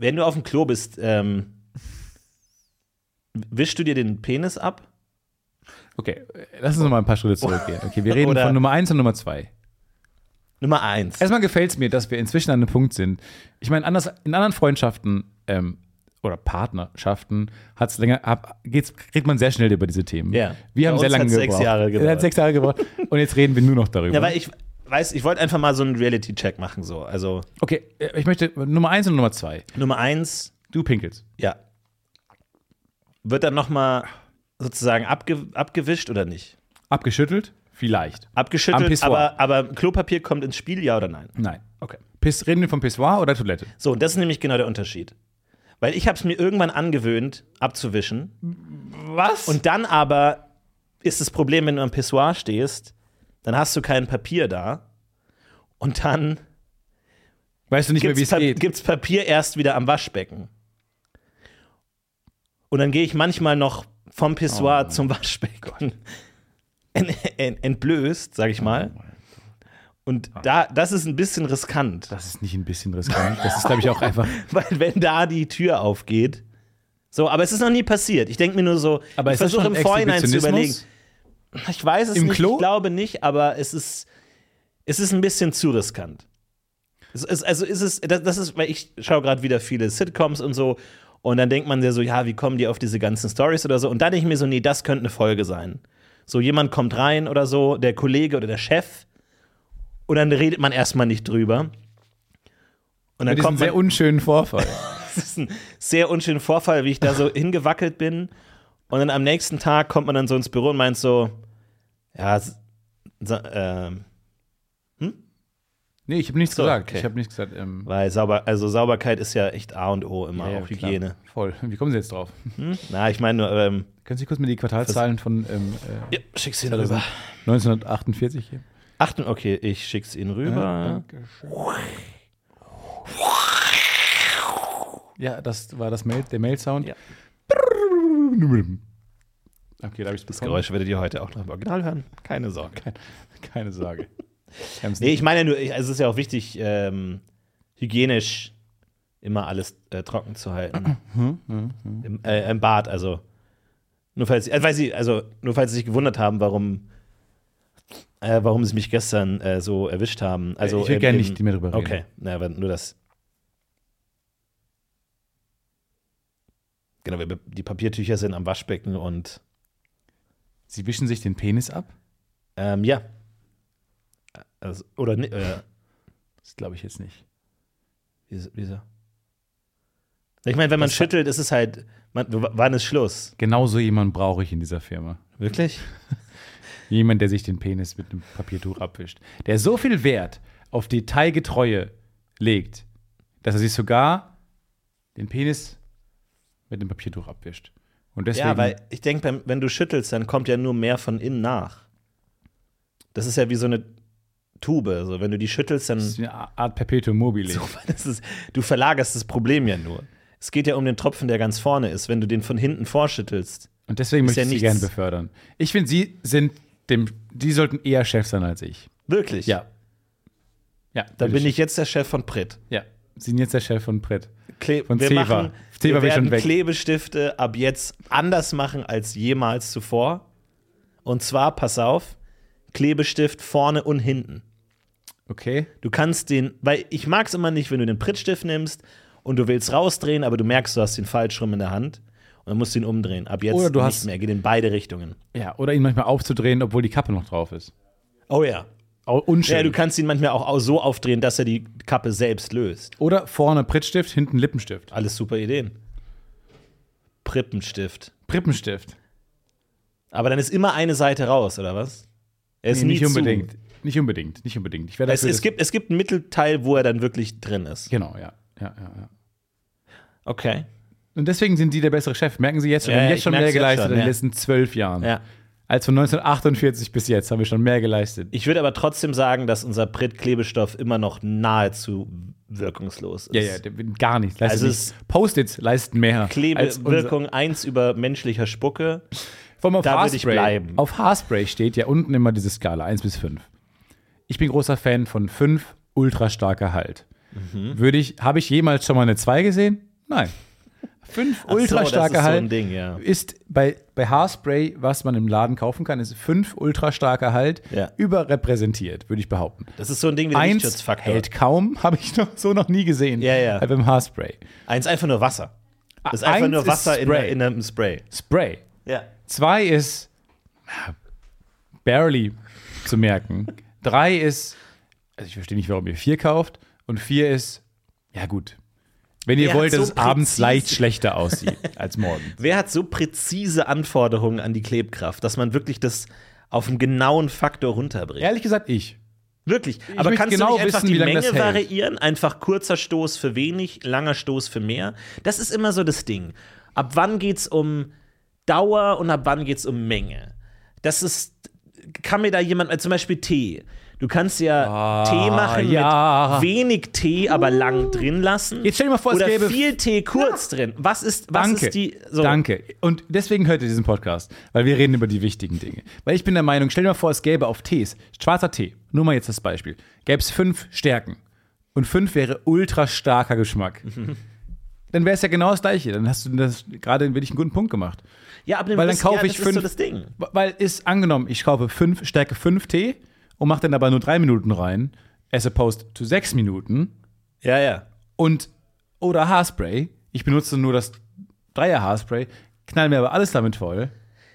B: Wenn du auf dem Klo bist, ähm, wischst du dir den Penis ab?
A: Okay, lass uns noch mal ein paar Schritte zurückgehen. Okay, wir reden
B: Oder-
A: von Nummer 1 und Nummer 2.
B: Nummer eins.
D: Also,
A: Erstmal gefällt es mir, dass wir inzwischen an einem Punkt sind. Ich meine, anders, in anderen Freundschaften ähm, oder Partnerschaften hat's länger, hab, geht's, redet man sehr schnell über diese Themen.
B: Ja.
A: Wir
B: Bei
A: haben sehr
B: uns
A: lange
B: hat's
A: gebraucht.
B: sechs Jahre
A: Er hat
B: gedauert.
A: sechs Jahre gebraucht. Und jetzt reden wir nur noch darüber.
B: Ja, weil
D: mhm.
B: ich weiß, ich wollte einfach mal so einen Reality-Check machen. So. Also
A: okay, äh, ich möchte Nummer 1 und Nummer 2.
B: Nummer eins,
A: Du pinkelst.
B: ja. Wird dann nochmal sozusagen abge abgewischt oder nicht?
A: Abgeschüttelt? Vielleicht. Am
B: Abgeschüttelt,
A: Pissoir.
B: aber, aber Klopapier kommt ins Spiel, ja oder nein?
A: Nein.
B: Okay.
A: Piss, reden wir vom Pissoir oder Toilette?
B: So, und das ist nämlich genau der Unterschied. Weil ich habe es mir irgendwann angewöhnt, abzuwischen.
A: Was?
B: Und dann aber ist das Problem, wenn du am Pissoir stehst, dann hast du kein Papier da. Und dann
A: Weißt du nicht mehr,
B: gibt's,
A: wie es
B: Pa-
A: geht?
B: gibt's Papier erst wieder am Waschbecken. Und dann gehe ich manchmal noch vom
A: Oh
B: Pissoir zum Waschbecken. Ent, ent, entblößt, sag
A: Oh
B: ich mal. Und
A: Ah.
B: da, das ist ein bisschen riskant.
A: Das ist nicht ein bisschen riskant. Das ist, glaube ich, auch einfach.
B: Weil wenn da die Tür aufgeht. So, aber es ist noch nie passiert. Ich denke mir nur so,
A: Aber
B: ich
A: ist das
B: versuche
A: schon
B: im Vorhinein zu überlegen.
A: Exhibitionismus?
B: Ich weiß es
A: Im
B: nicht,
A: Klo?
B: ich glaube nicht, aber es ist, es ist ein bisschen zu riskant. Es ist, also ist es, das, das ist, weil ich schaue gerade wieder viele Sitcoms und so und dann denkt man ja so, ja, wie kommen die auf diese ganzen Stories oder so und dann denke ich mir so, nee, das könnte eine Folge sein. So jemand kommt rein oder so, der Kollege oder der Chef und dann redet man erstmal nicht drüber. Und dann
A: Das ist ein
B: kommt man
A: sehr unschönen Vorfall.
B: das ist ein sehr unschöner Vorfall, wie ich da so hingewackelt bin. Und dann am nächsten Tag kommt man dann so ins Büro und meint so, ja, s- sa- ähm,
A: Nee, ich habe nichts
B: So,
A: gesagt.
B: okay.
A: Ich habe nichts gesagt. Ähm,
B: weil sauber, also Sauberkeit ist ja echt A und O immer,
A: ja,
B: auch
A: klar.
B: Hygiene.
A: Voll. Wie kommen Sie jetzt drauf?
B: Na, ich meine nur, ähm,
A: Können Sie kurz mir die Quartalszahlen von ähm, äh,
B: ja, schick's ihn rüber.
A: 1948 geben?
B: also Achten, okay, ich schick's ihn rüber.
A: Ja, das war das Mail, der Mail-Sound.
B: Ja.
A: Okay, da habe ich es
B: Das Geräusch werdet ihr heute auch noch im Original hören. Keine Sorge.
A: Keine Sorge. Wir haben's
B: Nee,
A: nicht-
B: ich meine nur, ich- also es ist ja auch wichtig, ähm, hygienisch immer alles äh, trocken zu halten. Im, äh, Im Bad, also. Nur falls, äh, weil sie, also, nur falls sie sich gewundert haben, warum, äh, warum sie mich gestern äh, so erwischt haben. Also,
A: Ich will
B: im-
A: gerne
B: im-
A: nicht mehr drüber reden.
B: Okay, na, aber nur das. Genau, wir- die Papiertücher sind am Waschbecken und
A: Sie wischen sich den Penis ab?
B: ähm, ja. Also, oder ni- äh,
A: Das glaube ich jetzt nicht.
B: wieso? wieso? Ich meine, wenn man schüttelt, ist es halt, man, w- wann ist Schluss?
A: Genau so jemanden brauche ich in dieser Firma.
B: Wirklich?
A: Jemand, der sich den Penis mit einem Papiertuch abwischt. Der so viel Wert auf Detailgetreue legt, dass er sich sogar den Penis mit einem Papiertuch abwischt. Und deswegen,
B: Ja, weil ich denke, wenn du schüttelst, dann kommt ja nur mehr von innen nach. Das ist ja wie so eine Tube. Also, wenn du die schüttelst, dann.
A: das ist eine Art Perpetuum mobile.
B: Das ist, du verlagerst das Problem ja nur. Es geht ja um den Tropfen, der ganz vorne ist. Wenn du den von hinten vorschüttelst,
A: Und deswegen möchte
B: ja
A: ich sie
B: nichts.
A: gerne befördern. Ich finde, sie sind dem, die sollten eher Chef sein als ich.
B: wirklich,
A: Ja. Ja,
B: dann bin ich jetzt der Chef von Pritt.
A: Ja, sie sind jetzt der Chef von Brett.
B: Kle
A: Von
B: wir
A: Ceva.
B: machen,
A: Ceva
B: wir
A: will schon
B: werden
A: weg.
B: Klebestifte ab jetzt anders machen als jemals zuvor. Und zwar, pass auf, Klebestift vorne und hinten.
A: Okay.
B: Du kannst den, weil ich mag es immer nicht, wenn du den Prittstift nimmst und du willst rausdrehen, aber du merkst, du hast den falsch rum in der Hand und dann musst du ihn umdrehen. Ab jetzt
A: Oder du
B: nicht
A: hast-
B: mehr, geht in beide Richtungen.
A: Ja, oder ihn manchmal aufzudrehen, obwohl die Kappe noch drauf ist.
B: Oh ja.
A: Au- Unschön.
B: Ja, du kannst ihn manchmal auch au- so aufdrehen, dass er die Kappe selbst löst.
A: Oder vorne Prittstift, hinten Lippenstift.
B: Alles super Ideen. Prippenstift.
A: Prippenstift.
B: Aber dann ist immer eine Seite raus, oder was? Er ist
A: Nee,
B: nie
A: nicht
B: zu.
A: unbedingt. Nicht unbedingt. Nicht unbedingt. Ich werde
B: Es, es, gibt, es gibt einen Mittelteil, wo er dann wirklich drin ist.
A: Genau, ja. Ja, ja, ja.
B: Okay.
A: Und deswegen sind die der bessere Chef. Merken Sie jetzt schon,
B: Ja,
A: wir haben
B: ja,
A: jetzt
B: ich
A: schon mehr
B: merk's jetzt
A: geleistet
B: schon,
A: in den
B: ja.
A: letzten zwölf Jahren.
B: Ja.
A: Als von 1948 bis jetzt haben wir schon mehr geleistet.
B: Ich würde aber trotzdem sagen, dass unser Pritt-Klebestoff immer noch nahezu wirkungslos ist.
A: Ja, ja, der- gar nichts. Leistet
B: Also es-
A: nichts. Post-its leisten mehr. als unser-
B: Klebewirkung 1 über menschlicher Spucke.
A: Vor allem auf
B: Da würd
A: Haarspray.
B: ich bleiben.
A: Auf Haarspray steht ja unten immer diese Skala 1 bis 5. Ich bin großer Fan von 5 ultra starker Halt.
B: Mhm.
A: Würde ich, habe ich jemals schon mal eine 2 gesehen? Nein. 5
B: Ach so,
A: ultra starker
B: das ist so ein
A: Halt
B: Ding, ja.
A: ist bei, bei Haarspray, was man im Laden kaufen kann, ist 5 ultra starker Halt
B: Ja.
A: überrepräsentiert, würde ich behaupten.
B: Das ist so ein Ding wie der
A: Eins
B: Lichtschutzfaktor.
A: hält kaum, habe ich noch, so noch nie gesehen. halt
B: Ja, ja.
A: Beim Haarspray.
B: Eins einfach nur Wasser. Das ist einfach
A: Ah, Eins
B: nur Wasser in,
A: Spray.
B: in einem Spray.
A: Spray.
B: Ja.
A: Zwei ist ja, barely zu merken. Drei ist, also ich verstehe nicht, warum ihr vier kauft. Und vier ist, ja gut. Wenn ihr
B: Wer
A: wollt,
B: hat
A: dass
B: so
A: es abends
B: präzise-
A: leicht schlechter aussieht als morgen.
B: Wer hat so präzise Anforderungen an die Klebkraft, dass man wirklich das auf einen genauen Faktor runterbringt?
A: Ehrlich gesagt, ich.
B: Wirklich. Aber
A: möchte
B: kannst
A: genau
B: du nicht einfach
A: wissen, wie
B: die
A: lange das
B: Menge
A: hält.
B: variieren? Einfach kurzer Stoß für wenig, langer Stoß für mehr? Das ist immer so das Ding. Ab wann geht's um Dauer und ab wann geht's um Menge? Das ist. Kann mir da jemand, äh, zum Beispiel Tee. Du kannst ja Tee machen
A: Ah, ja.
B: mit wenig Tee, aber lang drin lassen.
A: Jetzt stell dir mal vor, es
B: Oder
A: gäbe-
B: viel Tee kurz drin. Was ist, was
A: Danke.
B: ist die.
A: Danke. Und deswegen hört ihr diesen Podcast, weil wir reden über die wichtigen Dinge. Weil ich bin der Meinung, stell dir mal vor, es gäbe auf Tees, schwarzer Tee, nur mal jetzt das Beispiel, gäbe es fünf Stärken. Und fünf wäre ultra starker Geschmack. Dann wäre es ja genau das Gleiche. Dann hast du das gerade wirklich einen guten Punkt gemacht.
B: Ja, ab einem
A: Weil dann
B: gewissen-
A: kaufe
B: ja,
A: ich
B: das
A: fünf.
B: Ist so das Ding.
A: Weil ist angenommen, ich kaufe fünf, Stärke 5 Tee und mache dann aber nur drei Minuten rein, as opposed to sechs Minuten
B: Ja, ja.
A: und oder Haarspray. Ich benutze nur das Dreier Haarspray, knall mir aber alles damit voll.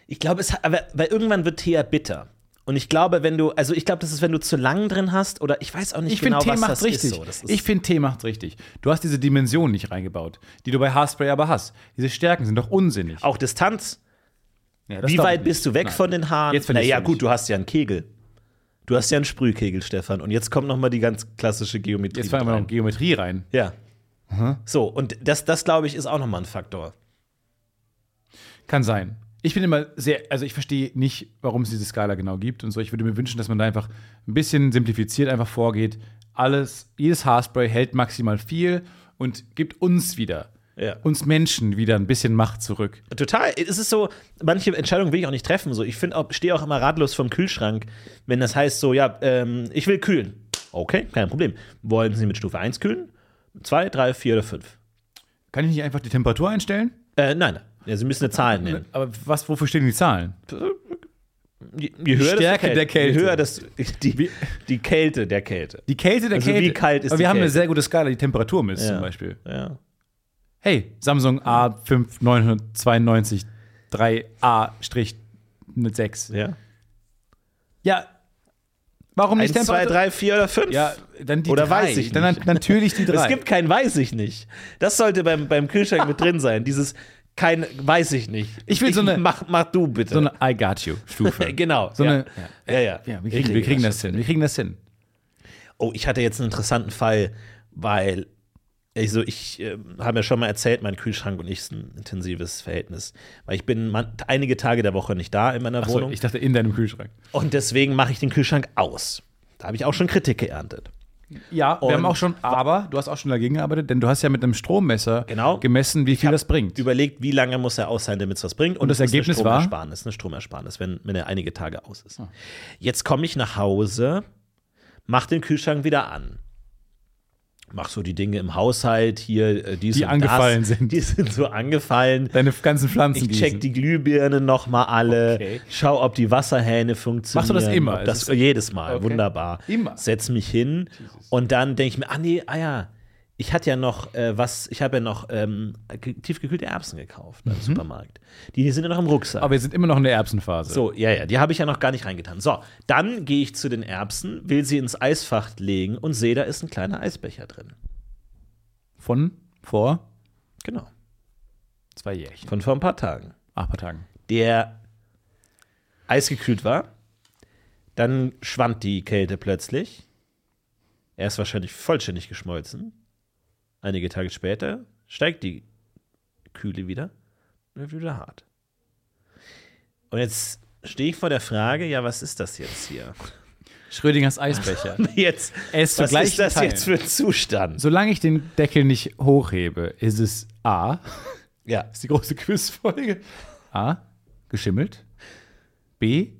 B: Ich glaube, es hat, aber, weil irgendwann wird Tee ja bitter. Und ich glaube, wenn du, also ich glaube, das ist, wenn du zu lang drin hast oder ich weiß auch nicht
A: Ich
B: genau,
A: finde, Tee
B: was
A: macht's
B: das
A: richtig.
B: ist. So. Das ist
A: ich finde, Tee macht's richtig. Du hast diese Dimension nicht reingebaut, die du bei Haarspray aber hast. Diese Stärken sind doch unsinnig.
B: auch Distanz.
A: Ja, das
B: Wie
A: glaub ich
B: weit
A: nicht.
B: bist du weg
A: Nein.
B: von den Haaren?
A: Jetzt verlierst
B: naja,
A: du
B: gut,
A: mich.
B: du hast ja einen Kegel. Du hast ja einen Sprühkegel, Stefan. Und jetzt kommt noch mal die ganz klassische Geometrie.
A: Jetzt
B: mit
A: fangen wir um. noch
B: rein.
A: in Geometrie rein.
B: Ja. So, und das, das glaube ich, ist auch noch mal ein Faktor.
A: Kann sein. Ich bin immer sehr, also ich verstehe nicht, warum es diese Skala genau gibt und so. Ich würde mir wünschen, dass man da einfach ein bisschen simplifiziert einfach vorgeht. Alles, jedes Haarspray hält maximal viel und gibt uns wieder,
B: Ja.
A: uns Menschen wieder ein bisschen Macht zurück.
B: Total. Es ist so, manche Entscheidungen will ich auch nicht treffen. So, ich finde auch, stehe auch immer ratlos vom Kühlschrank, wenn das heißt so, ja, ähm, ich will kühlen. Okay, kein Problem. Wollen Sie mit Stufe 1 kühlen? 2, 3, 4 oder 5?
A: Kann ich nicht einfach die Temperatur einstellen?
B: Äh, nein, nein. Ja, Sie müssen eine Zahl nennen.
A: Aber was, wofür stehen die Zahlen?
B: Je, je höher
A: Stärke
B: das
A: der Kälte.
B: Je höher das, die, die Kälte der Kälte.
A: Die Kälte der
B: Also wie
A: Kälte.
B: kalt ist
A: Aber
B: die
A: wir haben eine
B: Kälte?
A: sehr gute Skala, die Temperatur misst
B: Ja.
A: zum Beispiel.
B: Ja.
A: hey, Samsung A5992 3A Strich mit 6. Ja.
B: Ja.
A: Warum
B: Eins,
A: nicht
B: zwei,
A: Temperatur-
B: drei, vier oder fünf.
A: Ja, dann die
B: Oder
A: drei.
B: weiß ich
A: Dann
B: nicht.
A: natürlich die drei.
B: Es gibt kein weiß ich nicht. Das sollte beim, beim Kühlschrank mit drin sein. Dieses kein weiß ich nicht.
A: Ich will so eine-
B: Mach, mach du bitte.
A: so eine I got you Stufe.
B: genau.
A: So
B: ja.
A: eine-
B: ja, ja.
A: ja, wir
B: Ich
A: kriegen, wir
B: lege
A: kriegen
B: das
A: das hin. Wir kriegen das hin.
B: Oh, ich hatte jetzt einen interessanten Fall, weil also ich äh, habe ja schon mal erzählt, mein Kühlschrank und ich ist ein intensives Verhältnis, weil ich bin man, einige Tage der Woche nicht da in meiner
A: Achso,
B: Wohnung
A: ich dachte in deinem Kühlschrank.
B: und deswegen mache ich den Kühlschrank aus. Da habe ich auch schon Kritik geerntet.
A: Ja, wir haben
B: Und-
A: auch schon, aber du hast auch schon dagegen gearbeitet, denn du hast ja mit einem Strommesser
B: Genau.
A: gemessen, wie viel das bringt.
B: Überlegt, wie lange muss er aus sein, damit es was bringt. Und,
A: das
B: es ist
A: Ergebnis
B: eine
A: war? Ah.
B: Stromersparnis, eine Stromersparnis, wenn, wenn er einige Tage aus ist. Jetzt komme ich nach Hause, mach den Kühlschrank wieder an. Mach so die Dinge im Haushalt hier, äh, dies
A: Die
B: und
A: angefallen
B: das.
A: sind.
B: Die sind so angefallen.
A: Deine ganzen Pflanzen
B: Ich check
A: gießen.
B: die Glühbirnen noch mal alle,
A: Okay.
B: schau, ob die Wasserhähne funktionieren.
A: Machst du das immer?
B: ob Das,
A: Es ist-
B: jedes Mal,
A: Okay.
B: wunderbar.
A: Immer.
B: Setz mich hin und dann denke ich mir, ah nee, ah ja, ich hatte ja noch äh, was, ich habe ja noch ähm, ge- tiefgekühlte Erbsen gekauft beim Supermarkt. Die sind ja noch im Rucksack.
A: Mhm. Aber wir sind immer noch in der Erbsenphase.
B: so, ja, ja, die habe ich ja noch gar nicht reingetan. So, dann gehe ich zu den Erbsen, will sie ins Eisfach legen und sehe, da ist ein kleiner Eisbecher drin.
A: Von vor
B: Genau,
A: zwei Jährchen.
B: von vor ein paar Tagen.
A: Ach, paar Tagen.
B: der eisgekühlt war. Dann schwand die Kälte plötzlich. Er ist wahrscheinlich vollständig geschmolzen. Einige Tage später steigt die Kühle wieder und wird wieder hart. Und jetzt stehe ich vor der Frage, ja, was ist das jetzt hier?
A: Schrödingers Eisbecher.
B: Jetzt,
A: Es zu
B: was
A: gleichen
B: ist das
A: Teilen.
B: jetzt für ein Zustand?
A: Solange ich den Deckel nicht hochhebe, ist es A,
B: Ja,
A: ist die große Quizfolge, A, geschimmelt, B,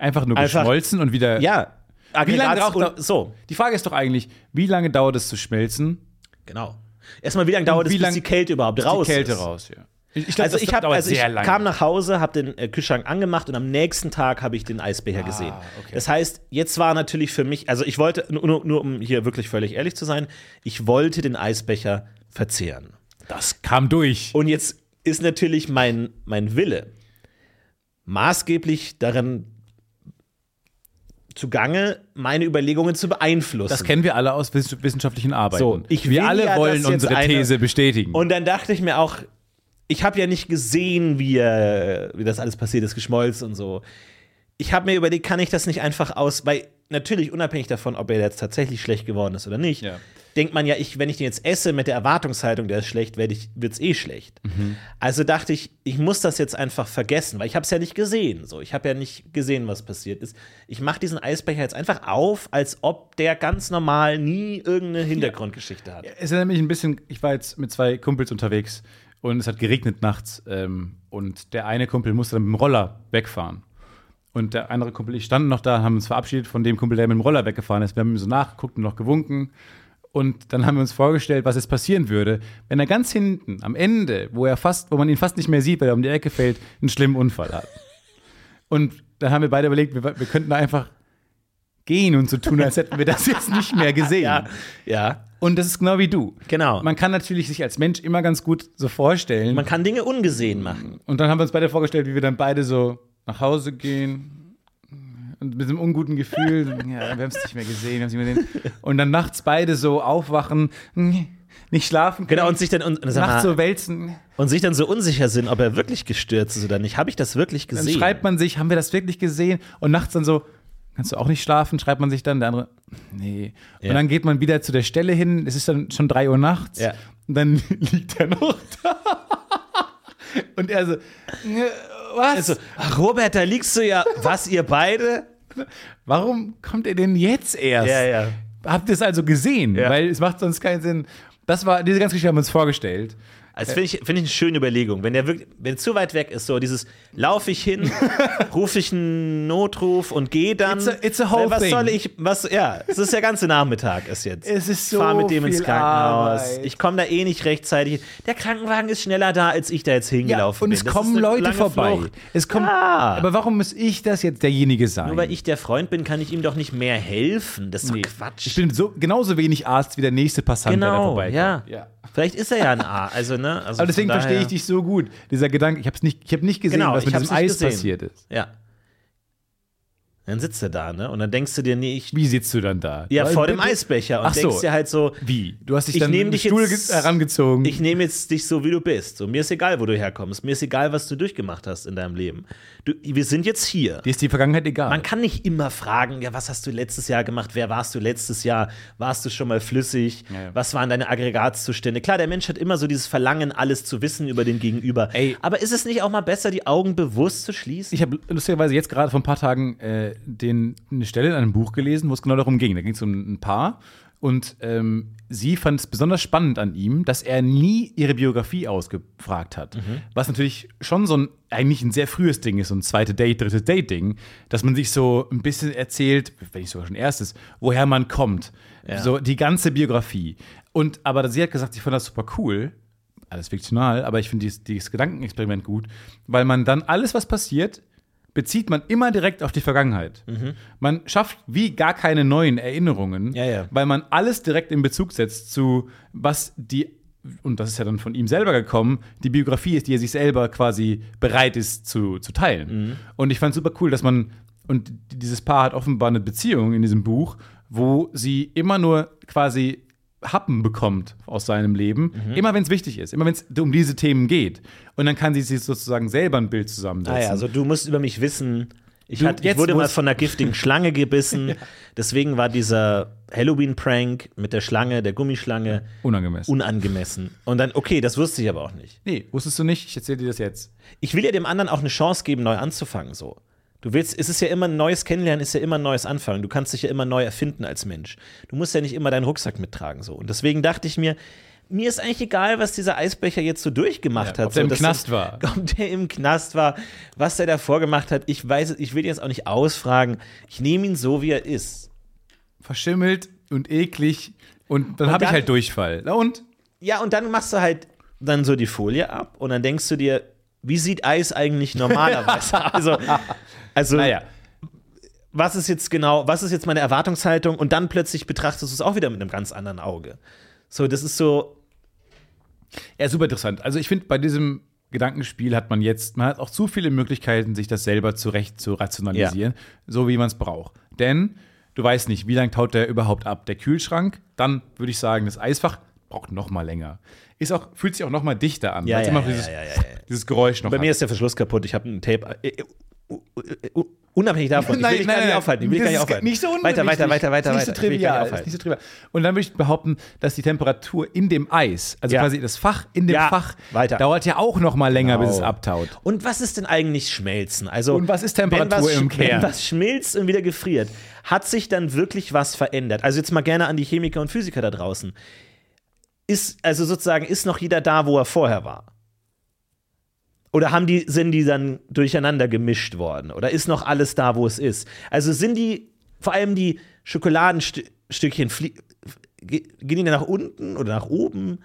A: einfach nur
B: Einfach-
A: geschmolzen und wieder
B: ja. Aggregats-
A: braucht
B: und-
A: er-
B: So,
A: Die Frage ist doch eigentlich, wie lange dauert es zu schmelzen?
B: genau. Erstmal, wie lange dauert
A: Und wie
B: es, bis
A: lang-
B: die Kälte überhaupt raus
A: die Kälte
B: ist?
A: raus, ja. Ich, ich
B: also ich, hab,
A: dauert
B: also ich
A: sehr lange.
B: kam nach Hause, habe den äh, Kühlschrank angemacht und am nächsten Tag habe ich den
A: Ah,
B: Eisbecher gesehen. Das heißt, jetzt war natürlich für mich, also ich wollte, nur- nur, nur um hier wirklich völlig ehrlich zu sein, ich wollte den Eisbecher verzehren.
A: das kam durch.
B: Und jetzt ist natürlich mein, mein Wille maßgeblich darin zugange, meine Überlegungen zu beeinflussen.
A: Das kennen wir alle aus wiss- wissenschaftlichen Arbeiten.
B: So, ich will
A: wir alle
B: ja, dass
A: wollen
B: jetzt
A: unsere
B: eine-
A: These bestätigen.
B: Und dann dachte ich mir auch, ich habe ja nicht gesehen, wie, äh, wie das alles passiert ist, geschmolzen und so. Ich habe mir überlegt, kann ich das nicht einfach aus, weil natürlich unabhängig davon, ob er jetzt tatsächlich schlecht geworden ist oder nicht,
A: Ja.
B: denkt man ja, ich, wenn ich den jetzt esse mit der Erwartungshaltung, der ist schlecht, werd ich- wird's eh schlecht. Also dachte ich, ich muss das jetzt einfach vergessen, weil ich habe es ja nicht gesehen. So, ich habe ja nicht gesehen, was passiert ist. Ich mache diesen Eisbecher jetzt einfach auf, als ob der ganz normal nie irgendeine Hintergrundgeschichte hat.
A: es erinnert mich ein bisschen, ich war jetzt mit zwei Kumpels unterwegs und es hat geregnet nachts. Ähm, und der eine Kumpel musste dann mit dem Roller wegfahren. Und der andere Kumpel, ich stand noch da, haben uns verabschiedet von dem Kumpel, der mit dem Roller weggefahren ist. Wir haben ihm so nachgeguckt und noch gewunken. Und dann haben wir uns vorgestellt, was jetzt passieren würde, wenn er ganz hinten, am Ende, wo er fast, wo man ihn fast nicht mehr sieht, weil er um die Ecke fällt, einen schlimmen Unfall hat. Und dann haben wir beide überlegt, wir, wir könnten einfach gehen und so tun, als hätten wir das jetzt nicht mehr gesehen.
B: ja.
A: Und das ist genau wie du.
B: Genau.
A: Man kann natürlich sich als Mensch immer ganz gut so vorstellen.
B: Man kann Dinge ungesehen machen.
A: und dann haben wir uns beide vorgestellt, wie wir dann beide so nach Hause gehen. Und mit einem unguten Gefühl, ja, wir haben es nicht mehr gesehen, wir haben es nicht mehr gesehen. Und dann nachts beide so aufwachen, nicht schlafen können.
B: Genau, und sich dann, und, sag mal,
A: nachts so wälzen.
B: und sich dann so unsicher sind, ob er wirklich gestürzt ist oder nicht. Habe ich das wirklich
A: Dann
B: gesehen?
A: schreibt man sich, haben wir das wirklich gesehen? Und nachts dann so, kannst du auch nicht schlafen? Schreibt man sich dann, der andere, nee. Und dann geht man wieder zu der Stelle hin, es ist dann schon 3 Uhr nachts.
B: Ja.
A: Und dann liegt er noch da. Und er so, "Nö, was?
B: also, ach, Robert, da liegst du ja. Was, ihr beide?
A: Warum kommt er denn jetzt erst?
B: ja.
A: Habt ihr es also gesehen?
B: Ja.
A: Weil es macht sonst keinen Sinn. Das war, diese ganze Geschichte haben wir uns vorgestellt.
B: Also finde ich, find ich eine schöne Überlegung. Wenn der wirklich, wenn zu weit weg ist, so dieses laufe ich hin, rufe ich einen Notruf und gehe dann.
A: It's a- it's a whole
B: was
A: thing.
B: soll ich, was, ja, es ist der ganze Nachmittag ist jetzt.
A: Es ist so
B: Fahr mit dem ins
A: viel
B: Krankenhaus.
A: Arbeit.
B: Ich komme da eh nicht rechtzeitig. Der Krankenwagen ist schneller da, als ich da jetzt hingelaufen
A: und
B: bin.
A: es
B: Das ist
A: kommen
B: eine
A: Leute
B: lange
A: vorbei.
B: Flucht.
A: Es kommen,
B: Ja.
A: Aber warum muss ich das jetzt derjenige sein?
B: Nur weil ich der Freund bin, kann ich ihm doch nicht mehr helfen. Das ist doch Quatsch.
A: Ich bin so, genauso wenig Arzt wie der nächste Passant, der da
B: genau,
A: vorbeikommt.
B: ja.
A: Ja.
B: Vielleicht ist er ja ein A. Also, ne? Also
A: Aber deswegen
B: von
A: verstehe ich
B: daher-
A: dich so gut. Dieser Gedanke, ich habe nicht, ich hab nicht gesehen,
B: Genau,
A: was
B: ich
A: mit
B: hab's
A: diesem
B: nicht
A: Eis
B: gesehen.
A: passiert ist.
B: Ja. Dann sitzt er da, ne? Und dann denkst du dir, nee, ich.
A: Wie sitzt du dann da?
B: Ja,
A: Weil-
B: vor dem Eisbecher. Und
A: Ach so.
B: denkst dir halt so,
A: Wie? Du hast dich
B: Ich
A: dann
B: nehm
A: mit dem
B: dich
A: Stuhl
B: jetzt-
A: ge- herangezogen.
B: ich nehme jetzt dich so, wie du bist. So, mir ist egal, wo du herkommst. Mir ist egal, was du durchgemacht hast in deinem Leben. Du, wir sind jetzt hier.
A: Dir ist die Vergangenheit egal.
B: Man kann nicht immer fragen, ja, was hast du letztes Jahr gemacht? Wer warst du letztes Jahr? Warst du schon mal flüssig?
A: ja.
B: Was waren deine Aggregatzustände? Klar, der Mensch hat immer so dieses Verlangen, alles zu wissen über den Gegenüber.
A: Ey.
B: Aber ist es nicht auch mal besser, die Augen bewusst zu schließen?
A: ich habe lustigerweise jetzt gerade vor ein paar Tagen äh, den, eine Stelle in einem Buch gelesen, wo es genau darum ging. Da ging es um ein Paar und ähm, sie fand es besonders spannend an ihm, dass er nie ihre Biografie ausgefragt hat. Was natürlich schon so ein, eigentlich ein sehr frühes Ding ist, so ein zweite Date, drittes Date-Ding, dass man sich so ein bisschen erzählt, wenn nicht sogar schon erstes, woher man kommt. So die ganze Biografie. Und aber sie hat gesagt, sie fand das super cool alles fiktional, aber ich finde dieses, dieses Gedankenexperiment gut, weil man dann alles, was passiert, bezieht man immer direkt auf die Vergangenheit. Man schafft wie gar keine neuen Erinnerungen,
B: Mhm. Ja, ja.
A: weil man alles direkt in Bezug setzt zu, was die, und das ist ja dann von ihm selber gekommen, die Biografie ist, die er sich selber quasi bereit ist zu, zu teilen.
B: Mhm.
A: Und ich fand es super cool, dass man, und dieses Paar hat offenbar eine Beziehung in diesem Buch, wo sie immer nur quasi Happen bekommt aus seinem Leben,
B: Mhm.
A: immer wenn es wichtig ist, immer wenn es um diese Themen geht. Und dann kann sie sich sozusagen selber ein Bild zusammensetzen.
B: Ah ja, also du musst über mich wissen. Ich,
A: Du,
B: hatte- ich
A: jetzt
B: wurde mal
A: musst-
B: von einer giftigen Schlange gebissen. Deswegen war dieser Halloween-Prank mit der Schlange, der Gummischlange,
A: Unangemessen.
B: unangemessen. Und dann, okay, das wusste ich aber auch nicht.
A: nee, wusstest du nicht? Ich erzähle dir das jetzt.
B: ich will ja dem anderen auch eine Chance geben, neu anzufangen, so. Du willst, es ist ja immer ein neues Kennenlernen, ist ja immer ein neues Anfangen. Du kannst dich ja immer neu erfinden als Mensch. Du musst ja nicht immer deinen Rucksack mittragen, so. Und deswegen dachte ich mir, mir ist eigentlich egal, was dieser Eisbecher jetzt so durchgemacht
A: Ja,
B: hat.
A: ob der
B: so,
A: im
B: das
A: Knast
B: ist-
A: war.
B: Ob der im Knast war, was der davor gemacht hat. Ich weiß, es- ich will jetzt auch nicht ausfragen. Ich nehme ihn so, wie er ist.
A: Verschimmelt und eklig und dann habe ich
B: dann-
A: halt Durchfall. Na und?
B: Ja, und dann machst du halt dann so die Folie ab und dann denkst du dir, wie sieht Eis eigentlich normalerweise? also, also
A: Naja.
B: was ist jetzt genau, was ist jetzt meine Erwartungshaltung? Und dann plötzlich betrachtest du es auch wieder mit einem ganz anderen Auge. So, das ist so,
A: Ja, super interessant. Also ich finde, bei diesem Gedankenspiel hat man jetzt, man hat auch zu viele Möglichkeiten, sich das selber zurecht zu rationalisieren, so wie man es braucht. Denn du weißt nicht, wie lange taut der überhaupt ab? Der Kühlschrank, dann würde ich sagen, das Eisfach braucht noch mal länger. Ist auch, fühlt sich auch noch mal dichter an,
B: Ja,
A: weil es
B: ja,
A: immer
B: ja,
A: dieses,
B: ja, ja, ja.
A: dieses Geräusch noch
B: bei
A: hat.
B: mir ist der Verschluss kaputt, ich habe ein Tape. äh, äh, uh, uh, uh, uh, Unabhängig davon,
A: Nein,
B: ich will dich
A: nein,
B: gar nicht
A: nein.
B: aufhalten. Ich will dich
A: Das
B: gar nicht
A: ist
B: aufhalten.
A: Nicht so
B: Weiter,
A: unwichtig.
B: weiter, weiter, weiter.
A: Ist Nicht so
B: weiter. Ich will dich gar
A: trivial.
B: nicht
A: ist
B: aufhalten.
A: nicht so trivial. Und dann würde ich behaupten, dass die Temperatur in dem Eis, also
B: Ja.
A: quasi das Fach in dem
B: Ja,
A: Fach,
B: weiter.
A: dauert ja auch noch mal länger, bis es
B: Genau.
A: abtaut.
B: Und was ist denn eigentlich Schmelzen? Also,
A: Und was ist Temperatur
B: wenn was,
A: im
B: sch-
A: Kern?
B: Wenn was schmilzt und wieder gefriert, hat sich dann wirklich was verändert? Also jetzt mal gerne an die Chemiker und Physiker da draußen. Ist, also sozusagen, ist noch jeder da, wo er vorher war? Oder haben die, sind die dann durcheinander gemischt worden? Oder ist noch alles da, wo es ist? Also sind die, vor allem die Schokoladenstückchen, flie- ge- gehen die dann nach unten oder nach oben?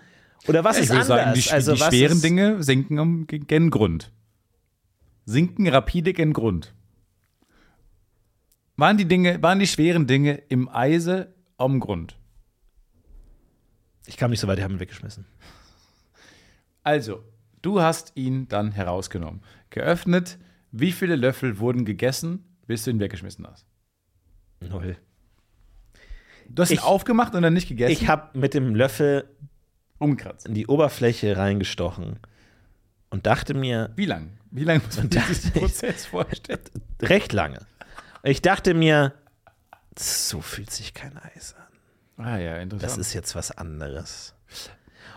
B: Oder was
A: Ich
B: ist
A: würde
B: anders?
A: sagen, die,
B: also
A: die
B: was
A: schweren
B: ist,
A: Dinge sinken am gen- gen Grund. Sinken rapide gen Grund. Waren die Dinge, waren die schweren Dinge im Eise am Grund?
B: Ich kam nicht so weit, die haben ihn weggeschmissen.
A: Also, du hast ihn dann herausgenommen, geöffnet. Wie viele Löffel wurden gegessen, bis du ihn weggeschmissen hast?
B: Null.
A: Du hast ihn
B: Ich-
A: aufgemacht und dann nicht gegessen?
B: Ich habe mit dem Löffel
A: umkratzt.
B: in die Oberfläche reingestochen und dachte mir,
A: Wie lang? Wie lange muss man sich
B: dachte
A: diesen
B: ich-
A: Prozess vorstellen?
B: recht lange. Ich dachte mir, so fühlt sich kein Eis an.
A: Ah ja,
B: Das
A: interessant.
B: ist jetzt was anderes.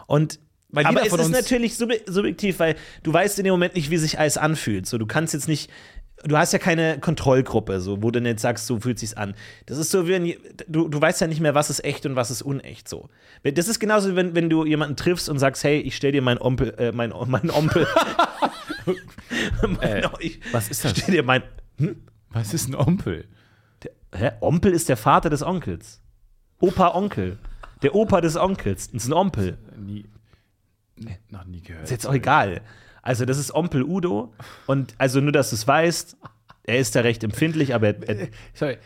B: Und
A: Weil
B: aber
A: jeder
B: es
A: von
B: ist
A: uns-
B: natürlich sub subjektiv, weil du weißt in dem Moment nicht, wie sich Eis anfühlt. So, du kannst jetzt nicht, du hast ja keine Kontrollgruppe, so, wo du dann jetzt sagst, so fühlt sich's an. Das ist so, wie wenn, je- du, du weißt ja nicht mehr, was ist echt und was ist unecht. So. Wenn- Das ist genauso, wie wenn, wenn du jemanden triffst und sagst, hey, ich stell dir meinen Ompel, äh, mein, mein Ompel. mein, ich
A: was ist das?
B: Stell dir mein,
A: Was ist ein Ompel?
B: Hä? Ompel ist der Vater des Onkels. Opa Onkel. Der Opa des Onkels. Das ist ein Ompel.
A: Nie, noch nie gehört.
B: Ist jetzt auch egal. Also, das ist Ompel Udo. Und also nur, dass du es weißt, er ist da recht empfindlich, aber er, er,
A: Sorry,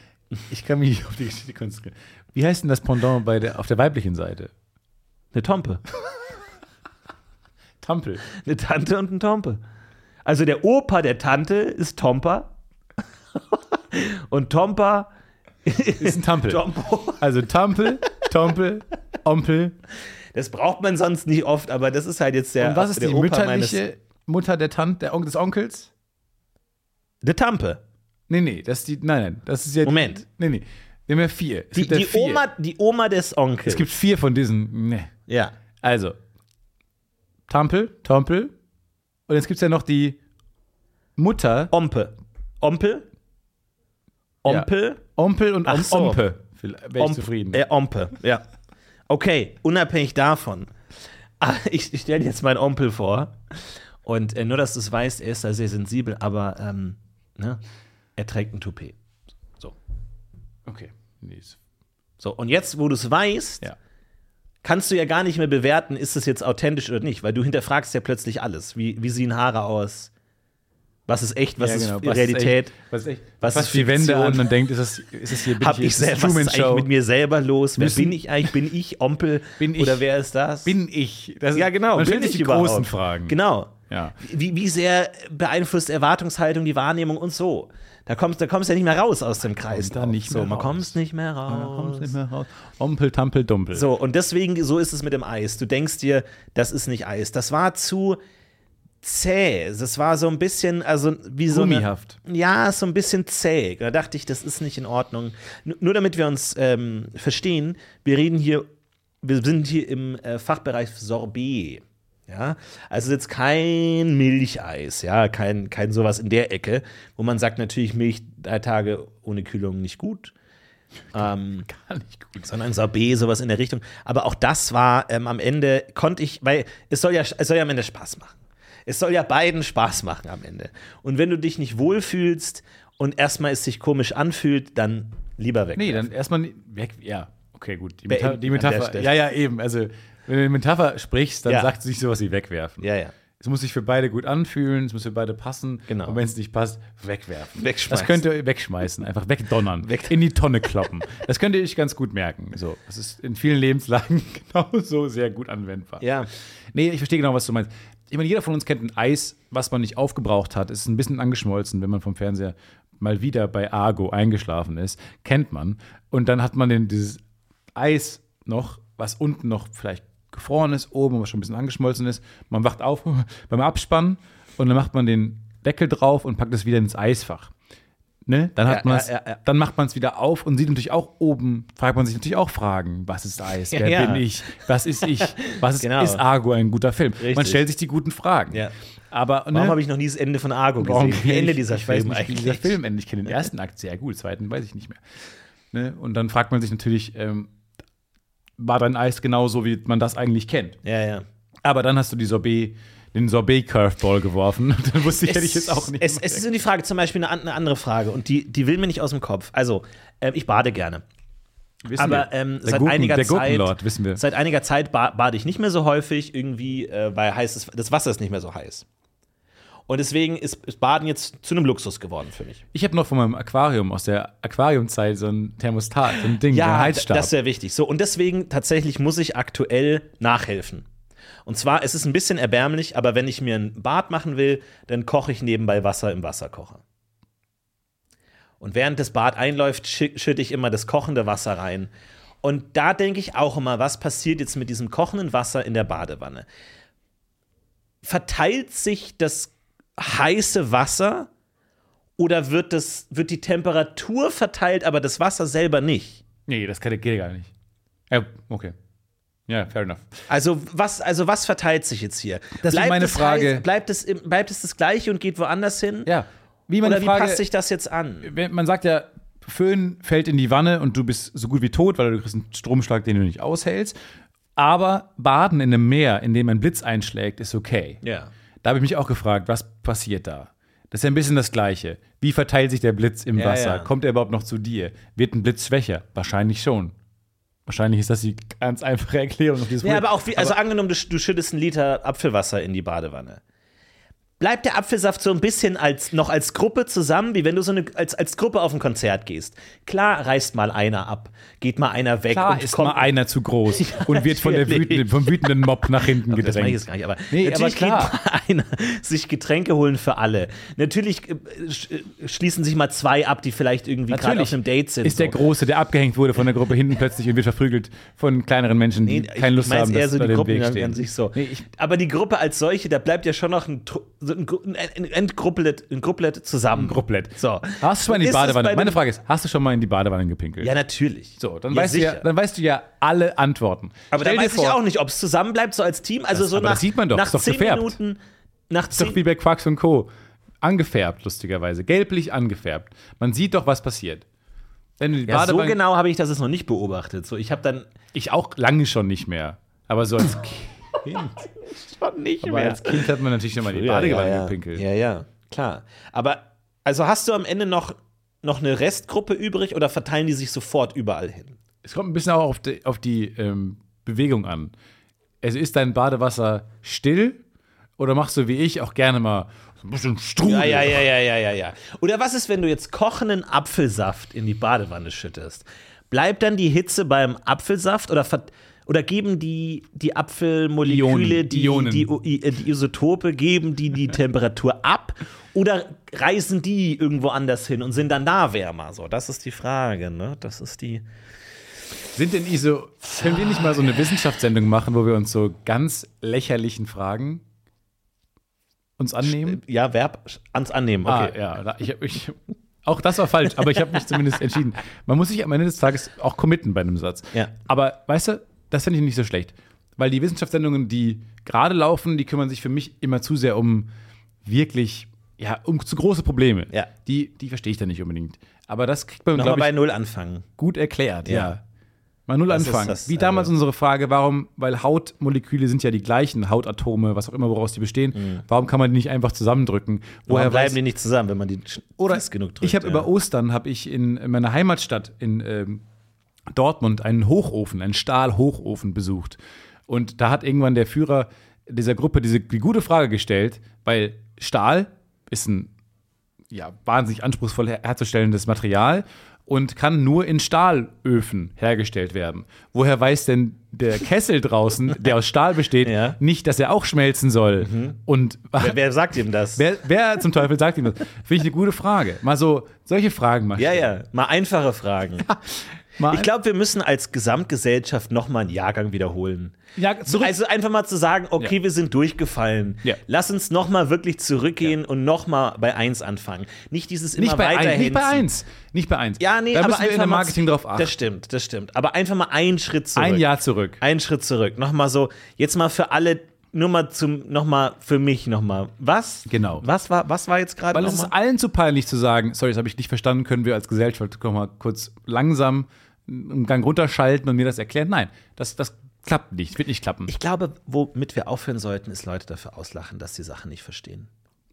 A: ich kann mich nicht auf die Geschichte konzentrieren. Wie heißt denn das Pendant bei der, auf der weiblichen Seite?
B: eine Tompe.
A: Tampel.
B: Eine Tante und ein Tompe. Also der Opa der Tante ist Tompa. und Tompa
A: Ist ein Tampel.
B: Tompo.
A: Also Tampel, Tompel, Ompel.
B: Das braucht man sonst nicht oft, aber das ist halt jetzt der.
A: Und was ist
B: der
A: die
B: Opa meines-
A: mütterliche Mutter der Tante der On des Onkels?
B: Der Tampe.
A: Nee, nee, das ist die. Nein, nein. Das ist ja.
B: Moment.
A: Nee, nee. Wir haben ja vier. Es
B: Die,
A: gibt ja
B: die,
A: vier.
B: Oma, die Oma des Onkels.
A: Es gibt vier von diesen. Nee.
B: ja.
A: Also. Tampel, Tompel. Und jetzt gibt es ja noch die Mutter,
B: Ompe. Ompel? Ompel?
A: Ompel und Om
B: Ach so.
A: Ompe. Wäre ich
B: Omp-
A: zufrieden.
B: Äh, Ompe, ja. Okay, unabhängig davon. Ah, Ich, ich stelle jetzt meinen Ompel vor. Und äh, nur, dass du es weißt, er ist da sehr sensibel, aber ähm, ne? er trägt ein Toupet.
A: Okay. Nee, ist-
B: So, und jetzt, wo du es weißt,
A: Ja.
B: kannst du ja gar nicht mehr bewerten, ist es jetzt authentisch oder nicht, weil du hinterfragst ja plötzlich alles. Wie, wie sehen Haare aus? Was ist echt, was
A: Ja,
B: ist
A: genau.
B: Realität?
A: Ist echt, was ist echt?
B: Was
A: Was
B: ist
A: ist die Wände
B: Fiktion?
A: an und denkt, ist das, ist das hier bin
B: Hab
A: ich,
B: ich
A: ist das
B: selber, was
A: Truman
B: ist eigentlich
A: Show?
B: mit mir selber los? Wer
A: Müssen-
B: bin ich eigentlich? Bin ich Ompel?
A: Bin ich-
B: Oder wer ist das?
A: Bin ich? Das ist-
B: ja,
A: Man
B: genau. bin
A: stellt
B: ich
A: sich die
B: überhaupt?
A: großen Fragen.
B: Genau.
A: Ja.
B: Wie, wie sehr beeinflusst Erwartungshaltung die Wahrnehmung und so? Da kommst, da kommst du ja nicht mehr raus aus dem Kreis.
A: Kommst da nicht
B: so,
A: mehr
B: man
A: raus.
B: kommst nicht mehr raus.
A: Kommt's nicht mehr raus. Ompel, Tampel, Dumpel.
B: So, und deswegen, so ist es mit dem Eis. Du denkst dir, das ist nicht Eis. Das war zu zäh. Das war so ein bisschen, also wie so.
A: Gummihaft.
B: Eine, ja, so ein bisschen zäh. Da dachte ich, das ist nicht in Ordnung. N nur damit wir uns ähm, verstehen, wir reden hier, wir sind hier im äh, Fachbereich Sorbet. Ja, also jetzt kein Milcheis, ja, kein, kein sowas in der Ecke, wo man sagt natürlich Milch drei Tage ohne Kühlung nicht gut. Ähm,
A: Gar nicht gut.
B: sondern Sorbet, sowas in der Richtung. Aber auch das war ähm, am Ende, konnte ich, weil es soll ja, es soll ja am Ende Spaß machen. Es soll ja beiden Spaß machen am Ende. Und wenn du dich nicht wohlfühlst und erstmal es sich komisch anfühlt, dann lieber weg.
A: Nee, dann erstmal nie- weg. Ja, okay, gut. Die
B: Beenden
A: Metapher. Die
B: an der
A: Metapher
B: Stelle.
A: ja, ja, eben. Also, wenn du eine Metapher sprichst, dann
B: Ja.
A: sagt sie nicht sowas wie wegwerfen.
B: Ja, ja.
A: Es muss sich für beide gut anfühlen, es muss für beide passen.
B: Genau.
A: Und wenn es nicht passt, wegwerfen.
B: Wegschmeißen.
A: Das könnt ihr wegschmeißen, einfach wegdonnern,
B: Weg-
A: in die Tonne kloppen. Das könnt ihr euch ganz gut merken. So, das ist in vielen Lebenslagen genauso sehr gut anwendbar.
B: Ja.
A: Nee, ich verstehe genau, was du meinst. Ich meine, jeder von uns kennt ein Eis, was man nicht aufgebraucht hat. Es ist ein bisschen angeschmolzen, wenn man vom Fernseher mal wieder bei Argo eingeschlafen ist. Kennt man. Und dann hat man den, dieses Eis noch, was unten noch vielleicht gefroren ist, oben was schon ein bisschen angeschmolzen ist. Man wacht auf beim Abspannen und dann macht man den Deckel drauf und packt es wieder ins Eisfach. Ne? Dann, hat
B: Ja,
A: man's,
B: ja, ja, ja.
A: dann macht man es wieder auf und sieht natürlich auch oben, fragt man sich natürlich auch Fragen. Was ist Eis? Wer
B: Ja.
A: bin ich? Was ist ich? Was ist,
B: Genau.
A: ist Argo ein guter Film? Man
B: Richtig.
A: stellt sich die guten Fragen.
B: Ja.
A: Aber
B: Warum habe
A: ne,
B: ich noch nie das Ende von Argo
A: warum
B: gesehen? Wie Ende
A: ich-
B: dieser
A: ich weiß
B: Film
A: nicht, wie
B: eigentlich.
A: Dieser Film endet. Ich kenne den ersten Akt sehr gut, den zweiten weiß ich nicht mehr. Ne? Und dann fragt man sich natürlich, ähm, war dein Eis genauso, wie man das eigentlich kennt?
B: Ja, ja.
A: Aber dann hast du die Sorbet, den Sorbet-Curveball geworfen. Dann wusste ich, hätte ich jetzt auch nicht.
B: Es,
A: mehr
B: es ist so die Frage, zum Beispiel eine, an- eine andere Frage und die, die will mir nicht aus dem Kopf. Also, ähm, ich bade gerne.
A: Wissen
B: Aber
A: wir.
B: ähm,
A: Der
B: seit,
A: Gurken-
B: einiger
A: der Gurkenlord,
B: Zeit,
A: wissen wir.
B: seit einiger Zeit ba bade ich nicht mehr so häufig, irgendwie, äh, weil heißes, das Wasser ist nicht mehr so heiß. Und deswegen ist, ist Baden jetzt zu einem Luxus geworden für mich.
A: Ich habe noch von meinem Aquarium aus der Aquariumzeit so ein Thermostat, so ein Ding, so ein
B: d-
A: Heizstab.
B: das äh, wäre wichtig. So, und deswegen tatsächlich muss ich aktuell nachhelfen. Und zwar, es ist ein bisschen erbärmlich, aber wenn ich mir ein Bad machen will, dann koche ich nebenbei Wasser im Wasserkocher. Und während das Bad einläuft, schü- schütte ich immer das kochende Wasser rein. Und da denke ich auch immer, was passiert jetzt mit diesem kochenden Wasser in der Badewanne? Verteilt sich das heiße Wasser oder wird, das, wird die Temperatur verteilt, aber das Wasser selber nicht?
A: nee, das kann, geht gar nicht. Ja, okay. Ja, fair enough.
B: Also was, also was verteilt sich jetzt hier?
A: Das ist meine
B: es
A: Frage.
B: heiß- bleibt, es, im- bleibt es das Gleiche und geht woanders hin?
A: Ja, wie meine
B: Oder wie
A: Frage,
B: passt sich das jetzt an?
A: wenn- man sagt ja, Föhn fällt in die Wanne und du bist so gut wie tot, weil du kriegst einen Stromschlag, den du nicht aushältst. Aber Baden in einem Meer, in dem ein Blitz einschlägt, ist okay.
B: Ja.
A: Da habe ich mich auch gefragt, was passiert da? Das ist ja ein bisschen das Gleiche. Wie verteilt sich der Blitz im
B: Ja,
A: Wasser?
B: ja.
A: Kommt er überhaupt noch zu dir? Wird ein Blitz schwächer? Wahrscheinlich schon. Wahrscheinlich ist das die ganz einfache Erklärung auf dieses
B: Ja,
A: Problem.
B: aber auch wie, also angenommen, du, sch- du schüttest einen Liter Apfelwasser in die Badewanne. bleibt der Apfelsaft so ein bisschen als, noch als Gruppe zusammen, wie wenn du so eine, als, als Gruppe auf ein Konzert gehst. Klar reißt mal einer ab, geht mal einer weg
A: Klar
B: und
A: ist
B: kommt
A: mal einer zu groß und wird von der
B: natürlich.
A: wütenden, vom wütenden Mob nach hinten
B: Das meine
A: gedrängt.
B: ich jetzt gar nicht, aber
A: Nee, aber
B: natürlich
A: klar.
B: geht mal einer sich Getränke holen für alle. Natürlich äh, sch- äh, schließen sich mal zwei ab, die vielleicht irgendwie gerade
A: Natürlich
B: auf einem Date sind.
A: Ist der
B: so.
A: Große, der abgehängt wurde von der Gruppe hinten plötzlich und wird verprügelt von kleineren Menschen, die
B: Nee,
A: keine Lust
B: ich mein's
A: haben,
B: eher
A: dass
B: so
A: da
B: die
A: den
B: Gruppen
A: Weg
B: an-
A: stehen.
B: an sich so.
A: Nee, ich-
B: Aber die Gruppe als solche, da bleibt ja schon noch ein, Tru- so ein, Gru- ein, ein Endgrupplet, ein Grupplet zusammen. Ein
A: Grupplet.
B: So.
A: Hast du schon mal in
B: Ist
A: die
B: es
A: Badewanne?
B: bei
A: Meine
B: dem-
A: Frage ist, hast du schon mal in die Badewanne gepinkelt?
B: Ja, natürlich.
A: So, dann,
B: ja,
A: weißt du ja,
B: sicher.
A: dann weißt du ja alle Antworten.
B: Aber da
A: Stell dir
B: weiß ich
A: vor,
B: auch nicht, ob es zusammenbleibt, so als Team. Also
A: Das-
B: so
A: aber das
B: nach,
A: sieht man doch,
B: nach
A: ist doch
B: zehn
A: gefärbt.
B: Minuten. Nach
A: Ist doch
B: zehn,
A: wie bei Quarks und Co. Angefärbt, lustigerweise. Gelblich angefärbt. Man sieht doch, was passiert. Wenn du die
B: ja, so
A: Badewanne.
B: genau habe ich das jetzt noch nicht beobachtet. So, ich habe dann
A: Ich auch lange schon nicht mehr. Aber so als Kind.
B: schon nicht
A: Aber als Kind hat man natürlich immer in die Badewanne gepinkelt.
B: Ja, ja, klar. Aber also hast du am Ende noch, noch eine Restgruppe übrig oder verteilen die sich sofort überall hin?
A: Es kommt ein bisschen auch auf die, auf die ähm, Bewegung an. Also ist dein Badewasser still oder machst du wie ich auch gerne mal so ein bisschen Strudel?
B: Ja, ja, ja, ja, ja, ja, ja. Oder was ist, wenn du jetzt kochenden Apfelsaft in die Badewanne schüttest? Bleibt dann die Hitze beim Apfelsaft oder, ver- oder geben die, die Apfelmoleküle,
A: Ionen,
B: die,
A: Ionen.
B: Die, I- äh, die Isotope, geben die die Temperatur ab? Oder reisen die irgendwo anders hin und sind dann da wärmer? So, das ist die Frage, ne? Das ist die.
A: Sind denn ISO. Können wir nicht mal so eine Wissenschaftssendung machen, wo wir uns so ganz lächerlichen Fragen uns annehmen?
B: Ja, Verb ans Annehmen, okay.
A: Ah, ja. da- Ich, hab- ich, auch das war falsch, aber ich habe mich zumindest entschieden. Man muss sich am Ende des Tages auch committen bei einem Satz.
B: Ja.
A: Aber weißt du, das finde ich nicht so schlecht. Weil die Wissenschaftssendungen, die gerade laufen, die kümmern sich für mich immer zu sehr um wirklich, ja, um zu große Probleme.
B: Ja.
A: Die, die verstehe ich da nicht unbedingt. Aber das kriegt man,
B: Nochmal
A: glaube
B: bei
A: ich,
B: Null anfangen.
A: gut erklärt. Ja.
B: Ja.
A: Mal null
B: Das ist
A: anfangen.
B: das,
A: Wie damals
B: also-
A: unsere Frage, warum, weil Hautmoleküle sind ja die gleichen, Hautatome, was auch immer, woraus die bestehen, warum kann man die nicht einfach zusammendrücken?
B: Woher
A: weiß-
B: Mhm. bleiben die nicht zusammen, wenn man die sch- fies genug drückt?
A: ich habe
B: ja.
A: über Ostern habe ich in in meiner Heimatstadt in ähm, Dortmund einen Hochofen, einen Stahlhochofen besucht. Und da hat irgendwann der Führer dieser Gruppe diese die gute Frage gestellt, weil Stahl ist ein ja, wahnsinnig anspruchsvoll her herzustellendes Material und kann nur in Stahlöfen hergestellt werden. Woher weiß denn der Kessel draußen, der aus Stahl besteht,
B: Ja. Mhm.
A: nicht, dass er auch schmelzen soll? Und
B: Wer, wer sagt ihm das?
A: Wer, wer zum Teufel sagt ihm das? Finde ich eine gute Frage. Mal so, solche Fragen mal
B: Ja,
A: stellen.
B: ja, mal einfache Fragen.
A: Mal
B: Ich glaube, wir müssen als Gesamtgesellschaft nochmal einen Jahrgang wiederholen.
A: ja, zurück.
B: Also einfach mal zu sagen, okay, wir sind durchgefallen.
A: Ja.
B: Lass uns nochmal wirklich zurückgehen und nochmal bei 1 anfangen. Nicht dieses immer
A: nicht, bei
B: weiter
A: ein, nicht bei
B: hinziehen.
A: eins. Nicht bei eins.
B: Ja, nee,
A: da
B: aber
A: müssen wir in
B: einfach
A: der
B: mal-
A: Marketing drauf
B: Das
A: achten.
B: stimmt, das stimmt. Aber einfach mal einen Schritt zurück.
A: Ein Jahr zurück.
B: Einen Schritt zurück. Nochmal so, jetzt mal für alle, nur mal zum, nochmal für mich nochmal. Was?
A: Genau.
B: Was war, was war jetzt gerade
A: Weil es ist
B: nochmal?
A: allen zu peinlich zu sagen, sorry, das habe ich nicht verstanden, können wir als Gesellschaft noch mal kurz langsam einen Gang runterschalten und mir das erklären? Nein, das, das klappt nicht, wird nicht klappen.
B: Ich glaube, womit wir aufhören sollten, ist Leute dafür auslachen, dass sie Sachen nicht verstehen.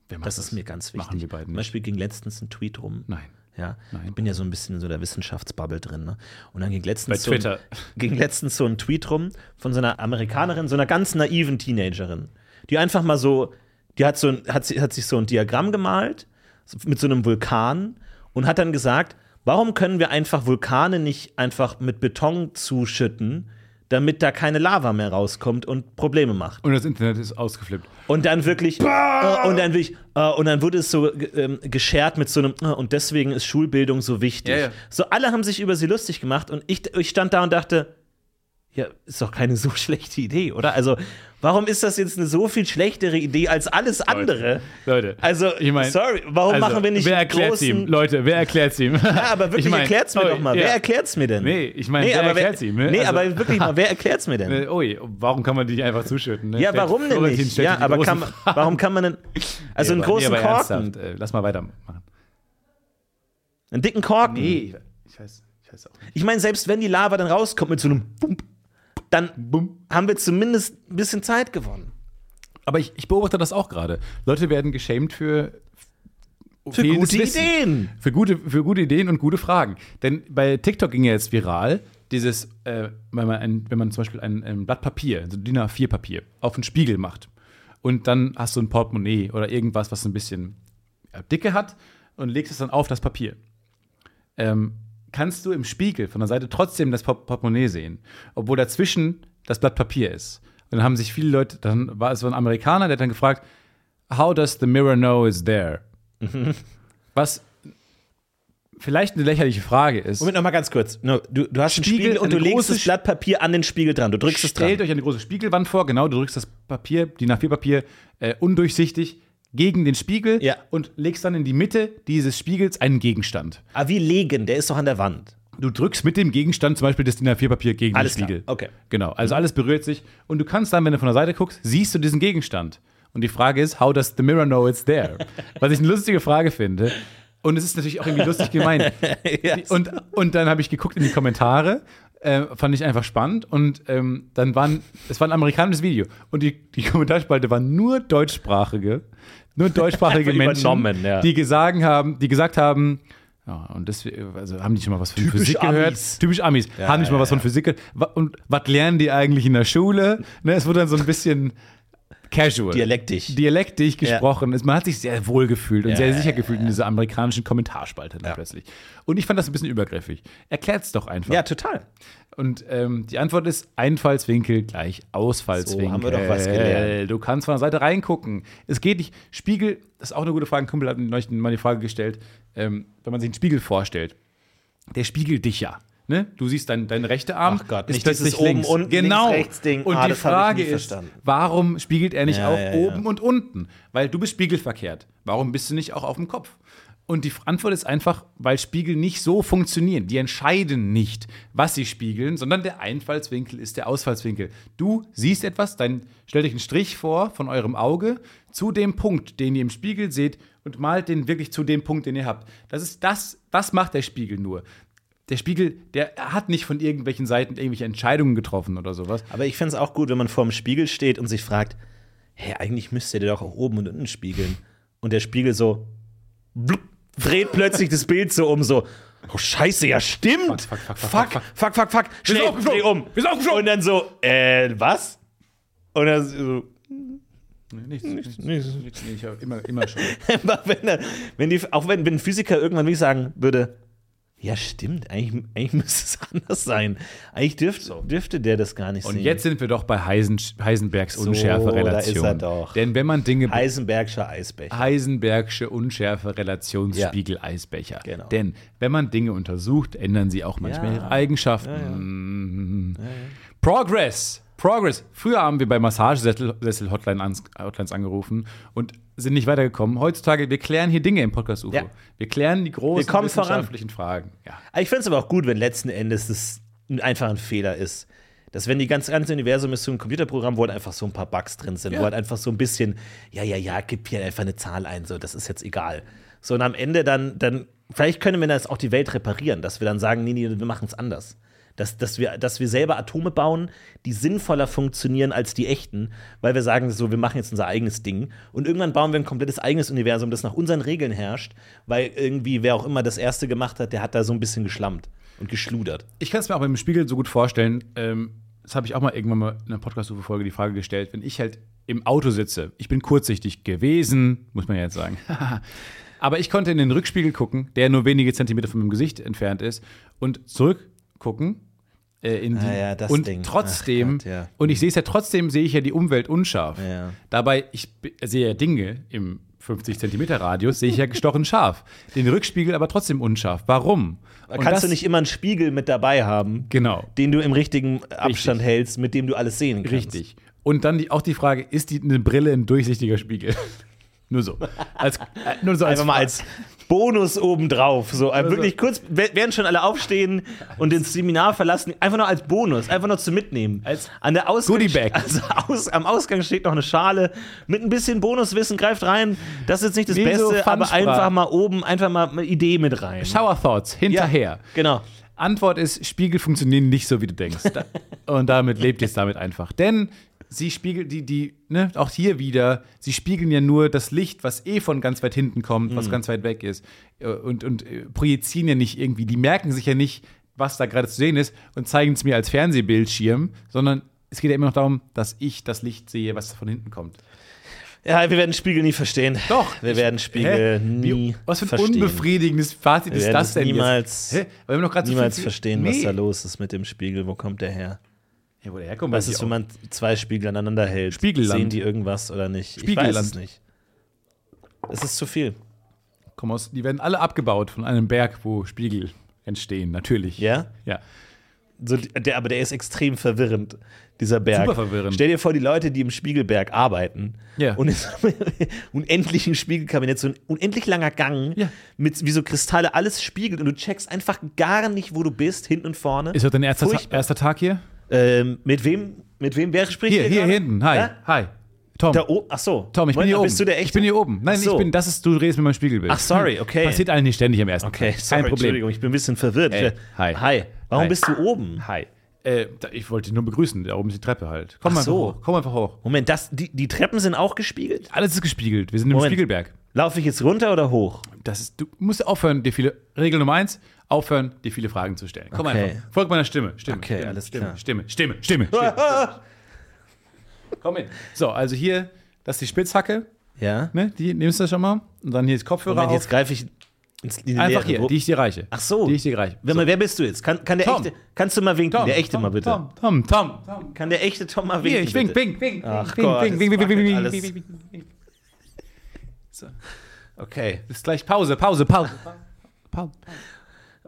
A: Wer macht
B: Das ist mir ganz wichtig.
A: Machen wir beiden
B: Zum
A: nicht.
B: Beispiel ging letztens ein Tweet rum.
A: Nein.
B: Ja,
A: Nein.
B: ich bin ja so ein bisschen in so der Wissenschaftsbubble drin. Ne? Und dann ging letztens,
A: Bei
B: so ein,
A: Twitter.
B: ging letztens so ein Tweet rum von so einer Amerikanerin, so einer ganz naiven Teenagerin, die einfach mal so, die hat, so ein, hat, sie- hat sich so ein Diagramm gemalt so- mit so einem Vulkan und hat dann gesagt, warum können wir einfach Vulkane nicht einfach mit Beton zuschütten, damit da keine Lava mehr rauskommt und Probleme macht?
A: Und das Internet ist ausgeflippt.
B: Und dann wirklich, äh, und dann wirklich, äh, und dann wurde es so ge- ähm, geschert mit so einem, äh, und deswegen ist Schulbildung so wichtig.
A: Ja, ja.
B: So, alle haben sich über sie lustig gemacht und ich, ich stand da und dachte, ja, ist doch keine so schlechte Idee, oder? Also, warum ist das jetzt eine so viel schlechtere Idee als alles andere?
A: Leute,
B: Also,
A: ich mein,
B: sorry, warum
A: also,
B: machen wir nicht
A: Wer
B: einen
A: erklärt's
B: großen,
A: ihm? Leute, wer erklärt's ihm?
B: Ja, aber wirklich, erklärt's mir doch mal. Wer erklärt's mir denn?
A: Nee, ich meine, wer
B: aber
A: erklärt's ihm, ne?
B: Nee,
A: Also-
B: aber wirklich mal, wer erklärt's mir denn?
A: Äh, Ui, warum kann man die nicht einfach zuschütten? Ne?
B: ja,
A: Stellt-
B: warum denn
A: Florentin
B: nicht?
A: stellt
B: Ja,
A: die
B: aber
A: großen
B: kann, man- warum kann man denn, also einen
A: Aber- nee,
B: großen
A: aber
B: Korken,
A: ernsthaft, äh, Lass mal weitermachen.
B: einen dicken Korken.
A: Nee, ich weiß, ich weiß auch nicht.
B: Ich meine, selbst wenn die Lava dann rauskommt mit so einem Bump, dann
A: Bumm.
B: haben wir zumindest ein bisschen Zeit gewonnen.
A: Aber ich, ich beobachte das auch gerade. Leute werden geschämt für
B: Für
A: fehlendes
B: gute
A: Wissen.
B: Ideen.
A: Für gute, für gute Ideen und gute Fragen. Denn bei TikTok ging ja jetzt viral, dieses, äh, wenn, man ein, wenn man zum Beispiel ein, ein Blatt Papier, so DIN A4-Papier, auf einen Spiegel macht und dann hast du ein Portemonnaie oder irgendwas, was ein bisschen äh, Dicke hat und legst es dann auf das Papier. Ähm, kannst du im Spiegel von der Seite trotzdem das Port- Portemonnaie sehen, obwohl dazwischen das Blatt Papier ist. Und dann haben sich viele Leute, dann war es so ein Amerikaner, der hat dann gefragt, How does the mirror know it's there? Was vielleicht eine lächerliche Frage ist.
B: Moment, nochmal ganz kurz. No, du, du hast einen
A: Spiegel,
B: Spiegel und du
A: eine
B: legst
A: große
B: das
A: Sch-
B: Blatt Papier an den Spiegel dran. Du drückst es dran.
A: Stellt euch eine große Spiegelwand vor, genau, du drückst das Papier, DIN A4-Papier, äh, undurchsichtig gegen den Spiegel
B: Ja.
A: und legst dann in die Mitte dieses Spiegels einen Gegenstand.
B: Aber Ah, wie legen? Der ist doch an der Wand.
A: Du drückst mit dem Gegenstand zum Beispiel das DIN A4-Papier gegen
B: Alles
A: den
B: klar,
A: Spiegel.
B: okay. Mhm.
A: Genau, also alles berührt sich und du kannst dann, wenn du von der Seite guckst, siehst du diesen Gegenstand. Und die Frage ist, how does the mirror know it's there? Was ich eine lustige Frage finde. Und es ist natürlich auch irgendwie lustig gemeint. und, und dann habe ich geguckt in die Kommentare, äh, fand ich einfach spannend. Und ähm, dann waren, es war ein amerikanisches Video. Und die, die Kommentarspalte waren nur deutschsprachige, nur deutschsprachige
B: Einfach
A: Menschen,
B: übernommen, ja.
A: die, gesagt haben, die gesagt haben, ja, und das, also haben die schon mal was von Physik
B: Amis.
A: gehört? Typisch Amis. haben die schon mal was von Physik gehört? Wa- Und was lernen die eigentlich in der Schule? Ne, es wurde dann so ein bisschen casual.
B: Dialektisch.
A: Dialektisch gesprochen. Es- Man hat sich sehr wohl gefühlt und sehr sicher
B: ja,
A: gefühlt in dieser amerikanischen Kommentarspalte dann plötzlich. Und ich fand das ein bisschen übergriffig. Erklärt's doch einfach.
B: ja, total.
A: Und ähm, die Antwort ist Einfallswinkel gleich Ausfallswinkel.
B: So haben wir doch was gelernt.
A: Du kannst von der Seite reingucken. Es geht nicht. Spiegel, das ist auch eine gute Frage. Ein Kumpel hat mir neulich mal die Frage gestellt, ähm, wenn man sich einen Spiegel vorstellt, der spiegelt dich ja. Ne? Du siehst deinen deinen rechten Arm.
B: Ach Gott,
A: ist
B: nicht dieses
A: plötzlich
B: oben,
A: links.
B: unten,
A: genau.
B: links, rechts Ding.
A: Und
B: Ah,
A: die
B: das hab
A: Frage
B: ich nie
A: ist,
B: verstanden.
A: warum spiegelt er nicht
B: Ja,
A: auch
B: ja, ja.
A: oben und unten? Weil du bist spiegelverkehrt. Warum bist du nicht auch auf dem Kopf? Und die Antwort ist einfach, weil Spiegel nicht so funktionieren. Die entscheiden nicht, was sie spiegeln, sondern der Einfallswinkel ist der Ausfallswinkel. Du siehst etwas, dann stellt euch einen Strich vor von eurem Auge zu dem Punkt, den ihr im Spiegel seht und malt den wirklich zu dem Punkt, den ihr habt. Das ist das, das macht der Spiegel nur. Der Spiegel, der hat nicht von irgendwelchen Seiten irgendwelche Entscheidungen getroffen oder sowas.
B: Aber ich fände es auch gut, wenn man vor dem Spiegel steht und sich fragt, hä, eigentlich müsste der doch auch oben und unten spiegeln. Und der Spiegel so blub, dreht plötzlich das Bild so um, so, oh scheiße, ja stimmt. Fuck, fuck, fuck, fuck, fuck, fuck, fuck, schnell, dreh um.
A: Wir sind aufgeflogen.
B: Und dann so, äh, was? Und dann so,
A: Nichts, nichts, nichts, nichts. Nee, ich hab immer, immer schon.
B: Aber wenn, er- wenn die, auch wenn, wenn ein Physiker irgendwann wirklich sagen würde, ja stimmt, eigentlich, eigentlich müsste es anders sein. Eigentlich dürft, dürfte der das gar nicht
A: Und
B: sehen.
A: jetzt sind wir doch bei Heisen, Heisenbergs
B: da ist
A: Unschärferelation.
B: er doch.
A: Denn wenn man Dinge
B: Heisenbergscher Eisbecher.
A: Heisenbergsche Unschärfe Relationsspiegel Eisbecher.
B: Genau.
A: Denn wenn man Dinge untersucht, ändern sie auch manchmal
B: Ja.
A: ihre Eigenschaften. Mhm. Progress. Progress. Früher haben wir bei Massagesessel Hotline ans, Hotlines angerufen und sind nicht weitergekommen. Heutzutage, wir klären hier Dinge im Podcast UFO.
B: Ja.
A: Wir klären die großen
B: Wir kommen voran.
A: wissenschaftlichen Fragen. Ja.
B: Aber Ich finde es aber auch gut, wenn letzten Endes das ein- einfach ein Fehler ist. Dass wenn die ganze, ganze Universum ist so ein Computerprogramm, wo halt einfach so ein paar Bugs drin sind, wo halt einfach so ein bisschen, ja, ja, ja, gib hier einfach eine Zahl ein, so, das ist jetzt egal. So, und am Ende dann, dann, vielleicht können wir das auch die Welt reparieren, dass wir dann sagen, nee, nee, wir machen es anders. Dass, dass, wir, dass wir selber Atome bauen, die sinnvoller funktionieren als die echten, weil wir sagen, so, wir machen jetzt unser eigenes Ding. Und irgendwann bauen wir ein komplettes eigenes Universum, das nach unseren Regeln herrscht, weil irgendwie, wer auch immer das erste gemacht hat, der hat da so ein bisschen geschlammt und geschludert.
A: ich kann es mir auch im Spiegel so gut vorstellen. Ähm, das habe ich auch mal irgendwann mal in einer Podcast-Folge die Frage gestellt, wenn ich halt im Auto sitze. Ich bin kurzsichtig gewesen, muss man ja jetzt sagen. Aber ich konnte in den Rückspiegel gucken, der nur wenige Zentimeter von meinem Gesicht entfernt ist, und zurückgucken. Äh, in die,
B: Ah ja, das
A: und
B: Ding. Ach
A: trotzdem,
B: Gott, ja.
A: und ich sehe es ja trotzdem, sehe ich ja die Umwelt unscharf.
B: Ja.
A: Dabei, ich b- sehe ja Dinge im 50 Zentimeter Radius, sehe ich ja gestochen scharf. Den Rückspiegel aber trotzdem unscharf. Warum? Und
B: Kannst
A: das-
B: du nicht immer einen Spiegel mit dabei haben,
A: Genau.
B: den du im richtigen Abstand hältst, mit dem du alles sehen kannst?
A: Richtig. Und dann die, auch die Frage, ist die eine Brille ein durchsichtiger Spiegel? nur so. Als, äh, nur so als, Also-
B: Einfach mal als Bonus obendrauf. So, äh, wirklich kurz, we- während schon alle aufstehen und ins Seminar verlassen, einfach nur als Bonus, einfach nur zu mitnehmen.
A: Als
B: An der Ausgang,
A: Goodie Bag.
B: Also aus, am Ausgang steht noch eine Schale mit ein bisschen Bonuswissen, greift rein. Das ist jetzt nicht das
A: Wie so
B: Beste, aber
A: Fun-Sprach.
B: einfach mal oben, einfach mal eine Idee mit rein.
A: Shower Thoughts hinterher.
B: Genau.
A: Antwort ist, Spiegel funktionieren nicht so, wie du denkst. Da, und damit lebt jetzt damit einfach. Denn sie spiegeln, die, die, ne, auch hier wieder, sie spiegeln ja nur das Licht, was eh von ganz weit hinten kommt,
B: Mhm.
A: was ganz weit weg ist. Äh, Und, und äh, projizieren ja nicht irgendwie, die merken sich ja nicht, was da gerade zu sehen ist und zeigen es mir als Fernsehbildschirm, sondern es geht ja immer noch darum, dass ich das Licht sehe, was von hinten kommt.
B: Ja, wir werden Spiegel nie verstehen.
A: Doch.
B: Wir
A: Ich-
B: werden
A: Hä?
B: Spiegel nie
A: Wie, was für ein
B: verstehen.
A: unbefriedigendes Fazit
B: Wir
A: ist
B: werden
A: das
B: es
A: denn
B: niemals-
A: jetzt? Hä? Aber Wir haben noch grad so
B: Niemals
A: viel-
B: verstehen, was
A: Nee.
B: da los ist mit dem Spiegel. Wo kommt der her?
A: Ja, wo der herkommt,
B: Was
A: weiß ich
B: ist,
A: auch.
B: wenn man zwei Spiegel aneinander hält?
A: Spiegelland.
B: Sehen die irgendwas oder nicht? Ich weiß
A: Spiegelland.
B: es nicht. Es ist zu viel.
A: Kommen aus, die werden alle abgebaut von einem Berg, wo Spiegel entstehen, natürlich.
B: Ja?
A: Ja.
B: So, der, aber der ist extrem verwirrend, dieser Berg.
A: Super verwirrend.
B: Stell dir vor, die Leute, die im Spiegelberg arbeiten
A: Ja.
B: und in so einem unendlichen Spiegelkabinett, so ein unendlich langer Gang,
A: Ja.
B: mit wie so Kristalle, alles spiegelt und du checkst einfach gar nicht, wo du bist, hinten und vorne.
A: Ist heute dein erster, Ta
B: Furchtbar.
A: erster Tag hier?
B: Ähm, mit wem, mit wem, wer spricht
A: Hier, hier
B: gerade?
A: hinten. Hi.
B: Ja?
A: Hi. Tom.
B: Da oben, ach so.
A: Tom, ich bin
B: Moment,
A: hier oben.
B: Bist du der echte?
A: Ich bin hier oben. Nein,
B: Ach so.
A: ich bin, das ist, du redest mit meinem Spiegelbild.
B: Ach, sorry, okay.
A: Passiert allen nicht ständig am ersten
B: Okay,
A: Tag.
B: sorry,
A: Kein Problem.
B: Entschuldigung, ich bin ein bisschen verwirrt.
A: Ey, hi.
B: Hi. Warum
A: Hi.
B: bist du oben?
A: Hi. Äh, da, ich wollte dich nur begrüßen. Da oben ist die Treppe halt. Komm
B: Ach
A: einfach
B: so.
A: hoch. Komm einfach hoch.
B: Moment, das, die, die Treppen sind auch gespiegelt?
A: Alles ist gespiegelt. Wir sind im
B: Moment.
A: Spiegelberg.
B: Laufe ich jetzt runter oder hoch?
A: Das ist, du musst aufhören, dir viele. Regel Nummer eins: aufhören, dir viele Fragen zu stellen. Komm
B: Okay.
A: einfach. Folg meiner Stimme. Stimme.
B: Okay,
A: Stimme,
B: alles
A: Stimme,
B: klar.
A: Stimme, Stimme, Stimme, Stimme. Komm hin. So, also hier, das ist die Spitzhacke.
B: Ja.
A: Ne? Die nimmst du schon mal. Und dann hier ist Kopfhörer.
B: Moment,
A: auf.
B: jetzt greife ich ins in die
A: Einfach
B: Leere.
A: hier,
B: Wo-
A: die ich dir reiche.
B: Ach so.
A: Die ich dir reiche.
B: Wer, mal, wer bist du jetzt? Kann, kann der
A: Tom.
B: echte, kannst du mal winken?
A: Tom,
B: der echte
A: Tom,
B: mal bitte.
A: Tom, Tom, Tom, Tom.
B: Kann der echte Tom mal winken?
A: Hier, ich wink,
B: bitte?
A: wink, wink.
B: Ach
A: wink,
B: Gott,
A: wink, wink, wink,
B: das
A: wink,
B: macht
A: wink,
B: alles-
A: wink, wink, wink, wink.
B: Okay.
A: Ist gleich Pause, Pause, Pause. Pause.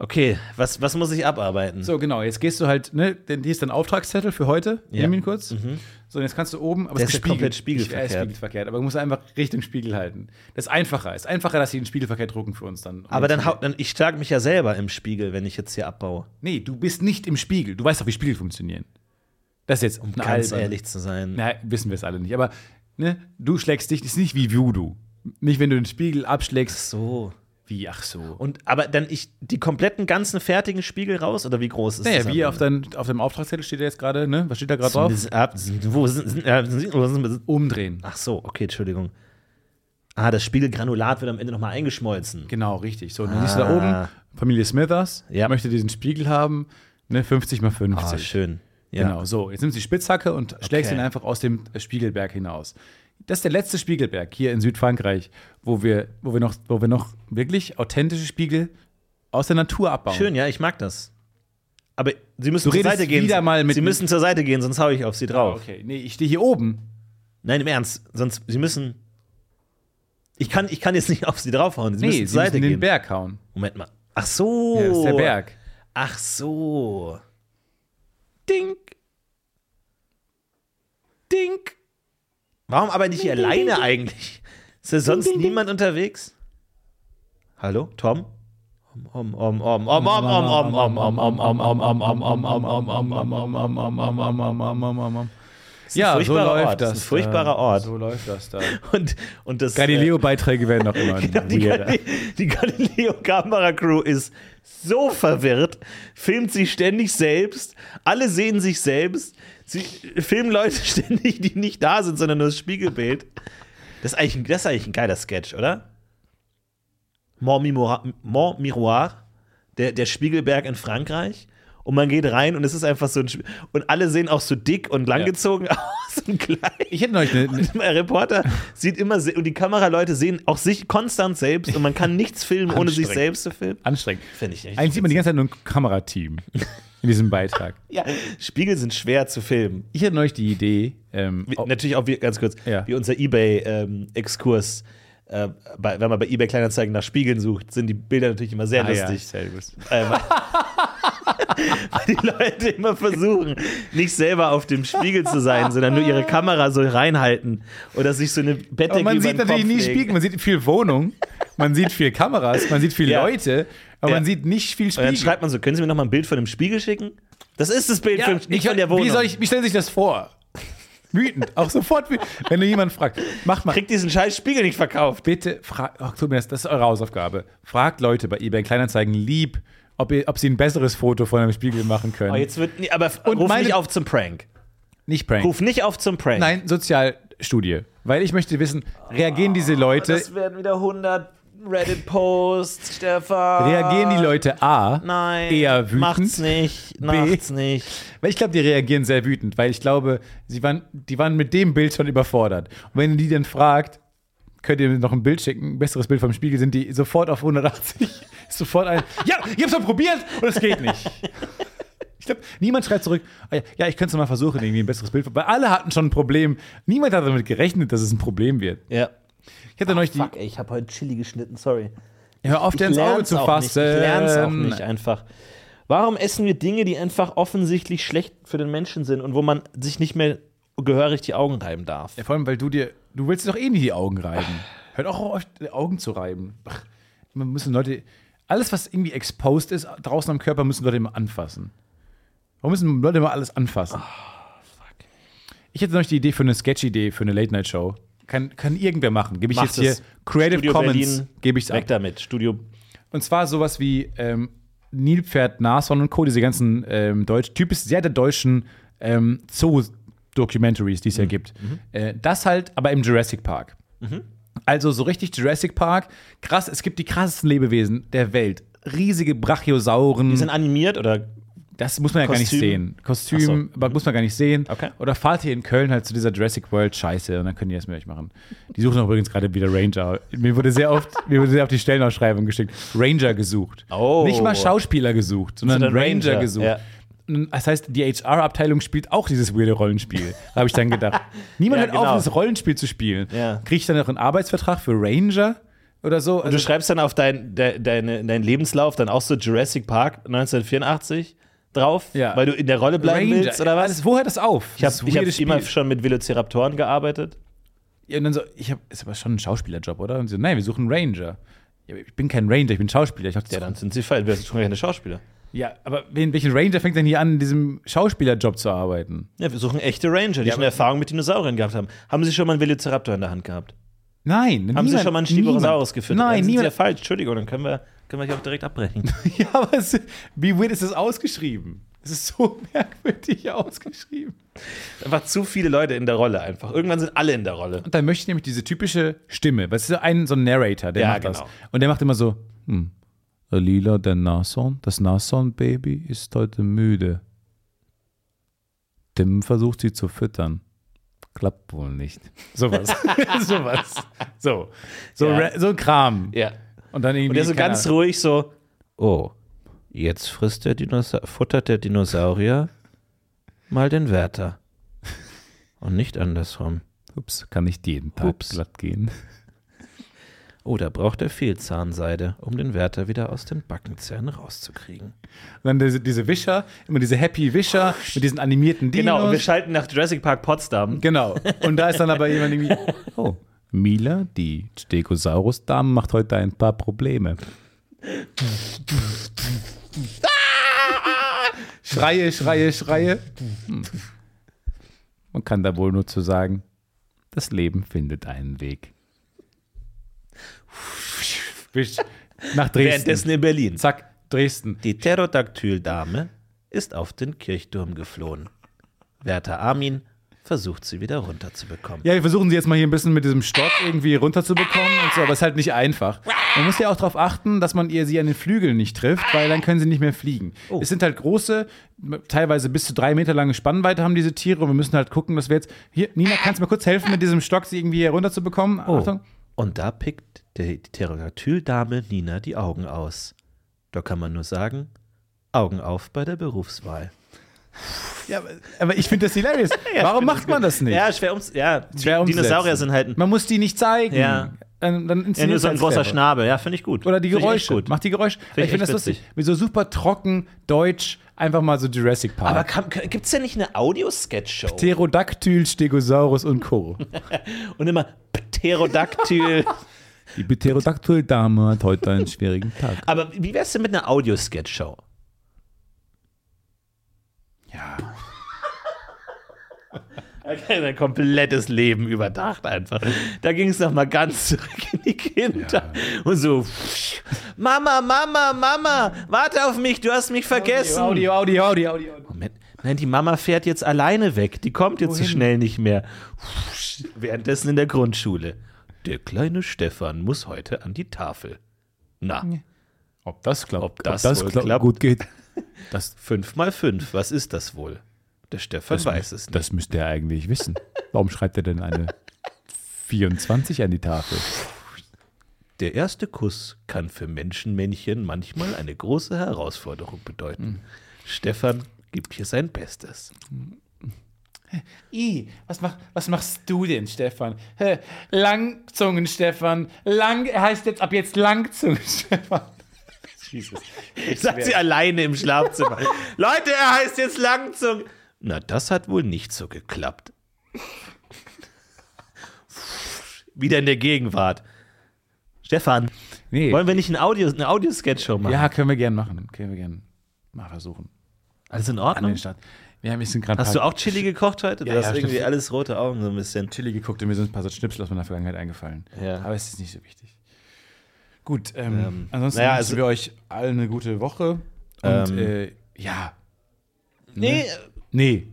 B: Okay, was, was muss ich abarbeiten?
A: So, genau, jetzt gehst du halt, ne, denn hier ist dein Auftragszettel für heute,
B: Ja. Mhm.
A: nimm ihn kurz. So, und jetzt kannst du oben, aber
B: Der
A: es
B: ist ja komplett spiegelverkehrt.
A: Ich, äh, spiegelverkehrt, aber du musst einfach Richtung Spiegel halten. Das ist einfacher, ist einfacher, dass sie den Spiegelverkehr drucken für uns dann.
B: Aber dann, hau- dann ich schlage mich ja selber im Spiegel, wenn ich jetzt hier abbaue.
A: Nee, du bist nicht im Spiegel, du weißt doch, wie Spiegel funktionieren. Das ist jetzt um
B: Ganz ehrlich zu sein.
A: Na, wissen wir es alle nicht, aber ne, du schlägst dich, das ist nicht wie Voodoo. Nicht, wenn du den Spiegel abschlägst,
B: So.
A: wie, ach so.
B: Und aber dann ich die kompletten ganzen fertigen Spiegel raus oder wie groß ist
A: Naja,
B: das? am
A: wie
B: Ende?
A: auf, dein, auf deinem Auftragszettel steht ja jetzt gerade, ne, was steht da gerade drauf?
B: Sind- ab- sind- Wo sind, sind, äh, sind, wo sind
A: Umdrehen.
B: Ach so, okay, Entschuldigung. Ah, das Spiegelgranulat wird am Ende nochmal eingeschmolzen.
A: Genau, richtig. So, und dann siehst du da
B: Ah.
A: oben, Familie Smithers
B: Ja.
A: möchte diesen Spiegel haben, ne, 50 mal 50.
B: Ah, schön. Ja.
A: Genau, so. Jetzt nimmst du die Spitzhacke und schlägst
B: Okay.
A: ihn einfach aus dem äh, Spiegelberg hinaus. Das ist der letzte Spiegelberg hier in Südfrankreich, wo wir, wo wir, noch, wo wir noch wirklich authentische Spiegel aus der Natur abbauen.
B: Schön, ja, ich mag das. Aber Sie müssen
A: Du
B: zur
A: redest
B: Seite gehen.
A: wieder mal mit-
B: Sie müssen zur Seite gehen, sonst hau ich auf Sie drauf.
A: Okay, nee, ich stehe hier oben.
B: Nein, im Ernst. Sonst, Sie müssen. Ich kann, ich kann jetzt nicht auf Sie draufhauen. Sie
A: Nee,
B: müssen
A: sie
B: zur
A: müssen
B: Seite
A: in den
B: gehen. Oh.
A: Berg hauen.
B: Moment mal. Ach so.
A: Ja, das ist der Berg.
B: Ach so. Dink. Dink. Warum aber nicht alleine eigentlich? Ist ja sonst niemand unterwegs? Hallo, Tom? Om, om, om, om, om, om, om, om, om, om, om, om, om, om, om, om, om, om, om, om.
A: Ja, so
B: furchtbarer
A: läuft
B: Ort. Das
A: das.
B: ist ein furchtbarer
A: da.
B: Ort.
A: So läuft das da.
B: Und, und das.
A: Galileo-Beiträge werden auch immer
B: Äh, die
A: weirder.
B: Galileo- die Galileo-Kamera-Crew ist so verwirrt, filmt sie ständig selbst, alle sehen sich selbst, sie filmen Leute ständig, die nicht da sind, sondern nur das Spiegelbild. Das ist eigentlich, ein- das ist eigentlich ein geiler Sketch, oder? Mont Miroir, Mont Miroir der, der Spiegelberg in Frankreich. Und man geht rein und es ist einfach so ein. Sp- Und alle sehen auch so dick und langgezogen aus und gleich.
A: Ich hätte neulich eine, eine,
B: Der Reporter sieht immer se- und die Kameraleute sehen auch sich konstant selbst und man kann nichts filmen, ohne sich
A: Anstrengend.
B: selbst zu filmen.
A: anstrengend.
B: Finde ich echt.
A: Eigentlich sieht man die ganze Zeit nur ein Kamerateam in diesem Beitrag.
B: Ja, Spiegel sind schwer zu filmen.
A: Ich hatte neulich die Idee, ähm,
B: Wie,
A: oh,
B: Natürlich auch wir, ganz kurz,
A: Ja.
B: wie unser Ebay-Exkurs. äh, bei, wenn man bei Ebay Kleinanzeigen nach Spiegeln sucht, sind die Bilder natürlich immer sehr
A: ah, ja,
B: lustig.
A: sehr gut.
B: Ähm, weil die Leute immer versuchen, nicht selber auf dem Spiegel zu sein, sondern nur ihre Kamera so reinhalten oder sich so eine Bettdecke
A: Aber man
B: über
A: sieht
B: den
A: natürlich
B: Kopf
A: nie
B: legen.
A: Spiegel, man sieht viel Wohnung, man sieht viel Kameras, man sieht viele
B: Ja.
A: Leute, aber
B: Ja.
A: man sieht nicht viel
B: Und
A: Spiegel.
B: dann schreibt man so, können Sie mir noch mal ein Bild von dem Spiegel schicken? Das ist das Bild
A: Ja,
B: von, nicht
A: ich-
B: von der Wohnung.
A: Wie, soll ich, wie stellen Sie sich das vor? Wütend, auch sofort, wü- wenn du jemanden fragst. Macht mal,
B: Krieg diesen scheiß Spiegel nicht verkauft.
A: bitte, frag, oh, tut mir das, das ist eure Hausaufgabe. Fragt Leute bei eBay Kleinanzeigen lieb, ob, ihr, ob sie ein besseres Foto von einem Spiegel machen können.
B: Oh, jetzt wird, nee, aber f-
A: Und
B: ruf
A: meine-
B: nicht auf zum Prank.
A: nicht prank.
B: Ruf nicht auf zum Prank. Oh,
A: Nein, Sozialstudie. Weil ich möchte wissen, reagieren diese Leute
B: Das werden wieder 100 Reddit-Post, Stefan.
A: Reagieren die Leute A
B: Nein.
A: eher wütend?
B: Macht's nicht. Macht's nicht.
A: Weil ich glaube, die reagieren sehr wütend, weil ich glaube, sie waren, die waren mit dem Bild schon überfordert. Und wenn ihr die dann fragt, könnt ihr mir noch ein Bild schicken, ein besseres Bild vom Spiegel, sind die sofort auf 180, sofort ein, ja, ich hab's mal probiert und es geht nicht. Ich glaube, niemand schreibt zurück, "Ah ja, ja, ich könnte es mal versuchen, irgendwie ein besseres Bild. Weil alle hatten schon ein Problem. Niemand hat damit gerechnet, dass es ein Problem wird.
B: Ja.
A: Ich hätte neulich die,
B: Ah, Fuck, ey, ich habe heute Chili geschnitten, sorry.
A: hör auf, dir ins Auge
B: lern's
A: zu
B: auch nicht.
A: fassen.
B: Ich lern's auch
A: Ähm,
B: nicht einfach. Warum essen wir Dinge, die einfach offensichtlich schlecht für den Menschen sind und wo man sich nicht mehr gehörig die Augen reiben darf?
A: Ja, vor allem, weil du dir, du willst dir doch eh nie die Augen reiben. Hört auch auf, euch die Augen zu reiben. Ach, man müssen Leute, alles, was irgendwie exposed ist, draußen am Körper, müssen Leute immer anfassen. Warum müssen Leute immer alles anfassen?
B: Ah,
A: Ich hätte noch die Idee für eine Sketch-Idee, für eine Late-Night-Show. Kann, kann irgendwer machen. Gebe ich
B: Macht
A: jetzt hier
B: es.
A: Creative
B: Studio
A: Commons,
B: Berlin,
A: gebe ich
B: Weg
A: ab.
B: damit. Studio.
A: Und zwar sowas wie ähm, Nilpferd, Nashorn und Co., diese ganzen ähm, deutsch, typisch sehr der deutschen ähm, Zoo-Documentaries, die es ja gibt. Äh, das halt aber im Jurassic Park. Also so richtig Jurassic Park. Krass, es gibt die krassesten Lebewesen der Welt. Riesige Brachiosauren.
B: Die sind animiert oder
A: Das muss man ja
B: Kostüm?
A: gar nicht sehen. Kostüm,
B: Ach so.
A: aber muss man gar nicht sehen.
B: Okay.
A: Oder fahrt ihr in Köln halt zu dieser Jurassic World Scheiße und dann können die das mit euch machen. Die suchen auch übrigens gerade wieder Ranger. Mir wurde sehr oft, mir wurde sehr oft die Stellenausschreibung geschickt. Ranger gesucht.
B: Oh.
A: Nicht mal Schauspieler gesucht, sondern
B: Sondern
A: Ranger,
B: Ranger,
A: gesucht.
B: ja.
A: Und Das heißt, die HR-Abteilung spielt auch dieses weirde Rollenspiel, habe ich dann gedacht. Niemand
B: Ja,
A: hört
B: genau.
A: auf, dieses Rollenspiel zu spielen.
B: Ja.
A: Kriege ich dann noch einen Arbeitsvertrag für Ranger oder so? Also
B: Und du schreibst dann auf dein, de, deine, deinen Lebenslauf dann auch so Jurassic Park 1984 drauf,
A: Ja.
B: weil du in der Rolle bleiben
A: Ranger.
B: willst oder was?
A: Alles- Wo hört das auf?
B: Ich habe hab immer schon mit Velociraptoren gearbeitet.
A: Ja, und dann so, ich hab, ist aber schon ein Schauspielerjob, oder? Und sie so, nein, wir suchen einen Ranger. Ja, aber ich bin kein Ranger, ich bin Schauspieler. Ich dachte,
B: Ja, dann sind sie fein. Wir sind schon keine Schauspieler.
A: ja, aber wen, welchen Ranger fängt denn hier an, in diesem Schauspielerjob zu arbeiten?
B: Ja, wir suchen echte Ranger, die schon
A: aber-
B: Erfahrung mit Dinosauriern gehabt haben. Haben Sie schon mal einen Velociraptor in der Hand gehabt?
A: Nein,
B: Haben Sie
A: niemand-
B: schon mal einen Stegosaurus
A: niemand.
B: gefüttert? dann
A: Nein,
B: sind Sie ja
A: niemand.
B: falsch. Entschuldigung, dann können wir, können wir hier auch direkt abbrechen.
A: Ja, aber es, wie weird ist das ausgeschrieben? Es ist so merkwürdig ausgeschrieben.
B: Einfach zu viele Leute in der Rolle einfach. Irgendwann sind alle in der Rolle.
A: Und dann möchte ich nämlich diese typische Stimme, weil es ist ja ein, so ein Narrator, der
B: Ja,
A: macht das.
B: genau.
A: Und der macht immer so, hm, Lila, der Nashorn, das Nashorn-Baby ist heute müde. Tim versucht sie zu füttern. Klappt wohl nicht. Sowas. Sowas. So. So,
B: Ja.
A: ra- so ein Kram.
B: Ja.
A: Und dann irgendwie.
B: Und der so
A: keine
B: ganz
A: Ahnung.
B: ruhig so, oh, jetzt frisst der Dinosa futtert der Dinosaurier mal den Wärter. Und nicht andersrum.
A: Ups, kann nicht jeden Tag
B: Ups.
A: glatt gehen.
B: Oh, da braucht er viel Zahnseide, um den Wärter wieder aus den Backenzähnen rauszukriegen.
A: Und dann diese, diese Wischer, immer diese Happy Wischer mit diesen animierten Dinos.
B: Genau, und wir schalten nach Jurassic Park Potsdam.
A: Genau. Und da ist dann aber jemand irgendwie, oh, Mila, die Stegosaurus-Dame, macht heute ein paar Probleme. Schreie, schreie, schreie. Hm. Man kann da wohl nur zu sagen, das Leben findet einen Weg. Wisch. Nach Dresden.
B: Währenddessen in Berlin.
A: Zack, Dresden.
B: Die Pterodaktyl-Dame ist auf den Kirchturm geflohen. Wärter Armin versucht sie wieder runterzubekommen.
A: Ja, wir versuchen sie jetzt mal hier ein bisschen mit diesem Stock irgendwie runterzubekommen und so, aber ist halt nicht einfach. Man muss ja auch darauf achten, dass man ihr sie an den Flügeln nicht trifft, weil dann können sie nicht mehr fliegen.
B: Oh.
A: Es sind halt große, teilweise bis zu drei Meter lange Spannweite haben diese Tiere und wir müssen halt gucken, dass wir jetzt. Hier, Nina, kannst du mir kurz helfen, mit diesem Stock sie irgendwie hier runterzubekommen?
B: Oh.
A: Achtung.
B: Und da pickt die Pterodaktyl-Dame Nina die Augen aus. Da kann man nur sagen, Augen auf bei der Berufswahl.
A: Ja, aber- aber ich finde das hilarious. Warum macht man das nicht?
B: Ja, schwer ums... Ja,
A: Schwer umsetzen.
B: Dinosaurier sind halt ein,
A: Man muss die nicht zeigen.
B: Ja.
A: Dann, dann
B: ja, nur so ein
A: inszeniert's
B: großer
A: halt clever.
B: Schnabel. Ja, finde ich gut.
A: Oder die
B: Find ich echt
A: Geräusche.
B: gut.
A: Macht die Geräusche.
B: ich
A: Ich, finde
B: echt
A: das lustig. Mit so super trocken, deutsch, einfach mal so Jurassic Park.
B: Aber kann- kann- gibt's ja nicht eine Audio-Sketch-Show?
A: Pterodactyl, Stegosaurus und Co.
B: Und immer Pterodaktyl...
A: Die Pterodactyl-Dame hat heute einen schwierigen Tag.
B: Aber wie wär's denn mit einer Audio-Sketch-Show? Ja. Okay, dein komplettes Leben überdacht einfach. Da ging es nochmal ganz zurück in die Kinder. Und so, pff, Mama, Mama, Mama, warte auf mich, du hast mich vergessen.
A: Audio, Audio, Audio, Audio.
B: Moment. Nein, die Mama fährt jetzt alleine weg. Die kommt jetzt so schnell nicht mehr. Währenddessen in der Grundschule. Der kleine Stefan muss heute an die Tafel. Na,
A: Ob das klappt,
B: Ob das wohl
A: kla-
B: klappt.
A: gut geht, das,
B: fünf mal fünf, was ist das wohl? Der Stefan weiß es nicht.
A: das müsste er eigentlich wissen. Warum schreibt er denn eine 24 an die Tafel?
B: Der erste Kuss kann für Menschenmännchen manchmal eine große Herausforderung bedeuten.
A: Hm.
B: Stefan gibt hier sein Bestes.
A: I, was, mach, was machst du denn, Stefan? Hä, Langzungen, Stefan. Lang, er heißt jetzt ab jetzt Langzungen, Stefan. Jesus.
B: Sagt sie alleine im Schlafzimmer. Leute, er heißt jetzt Langzung. Na, das hat wohl nicht so geklappt. Wieder in der Gegenwart. Stefan,
A: Nee.
B: wollen wir nicht ein Audio, eine Audio-Sketch-Show machen?
A: Ja, können wir gern machen. Können wir gern mal versuchen.
B: Alles in
A: An
B: Ordnung?
A: den Start. Ja, wir sind gerade
B: Hast du auch Chili gekocht heute? Du
A: Ja,
B: hast
A: ja,
B: irgendwie
A: stimmt.
B: alles rote Augen so ein bisschen.
A: Chili geguckt und mir sind ein paar so Schnipsel aus meiner Vergangenheit eingefallen.
B: Ja.
A: Aber es ist nicht so wichtig. Gut, ähm, ansonsten
B: naja,
A: wünschen
B: also- Ähm.
A: wir euch alle eine gute Woche. Und äh, ja,
B: Nee,
A: ne? nee.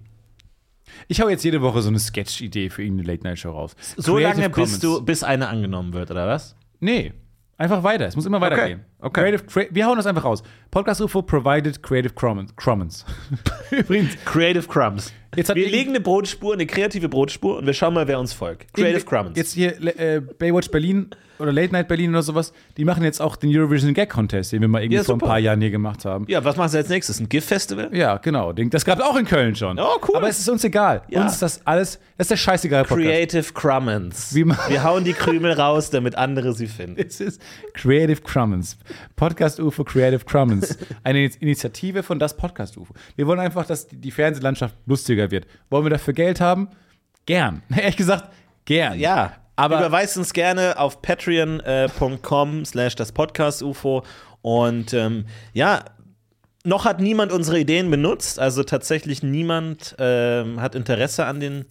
A: Ich hau jetzt jede Woche so eine Sketch-Idee für irgendeine Late-Night-Show raus.
B: so
A: Creative
B: lange,
A: Commons.
B: bis, du, bis eine angenommen wird, oder was?
A: Nee. Einfach weiter. Es muss immer weitergehen.
B: Okay.
A: Creative, cre wir hauen das einfach raus. Podcast UFO provided Creative Commons. Commons. Übrigens,
B: Creative Crumbs.
A: Jetzt hat
B: wir
A: irgend-
B: legen eine Brotspur, eine kreative Brotspur und wir schauen mal, wer uns folgt. Creative
A: irgendwie-
B: Crumbs.
A: Jetzt hier äh, Baywatch Berlin oder Late Night Berlin oder sowas, die machen jetzt auch den Eurovision Gag Contest, den wir mal irgendwie
B: Ja,
A: vor ein
B: super.
A: paar Jahren hier gemacht haben.
B: ja, was machen sie als nächstes? Ein GIF-Festival?
A: Ja, genau. Den- Das gab es auch in Köln schon.
B: Oh, cool.
A: Aber es ist uns egal.
B: Ja.
A: Uns ist das alles, das ist der scheißegal Podcast.
B: Creative Commons.
A: Wie ma-
B: Wir hauen die Krümel raus, damit andere sie finden.
A: Es ist Creative Commons. Podcast UFO Creative Commons. Eine Ini- Initiative von das Podcast UFO. Wir wollen einfach, dass die- die Fernsehlandschaft lustiger wird. Wollen wir dafür Geld haben? Gern. Ehrlich gesagt, gern.
B: Ja,
A: Aber-
B: aber überweist uns gerne auf patreon.com slash das Podcast UFO und ähm, ja, noch hat niemand unsere Ideen benutzt, also tatsächlich niemand ähm, hat Interesse an den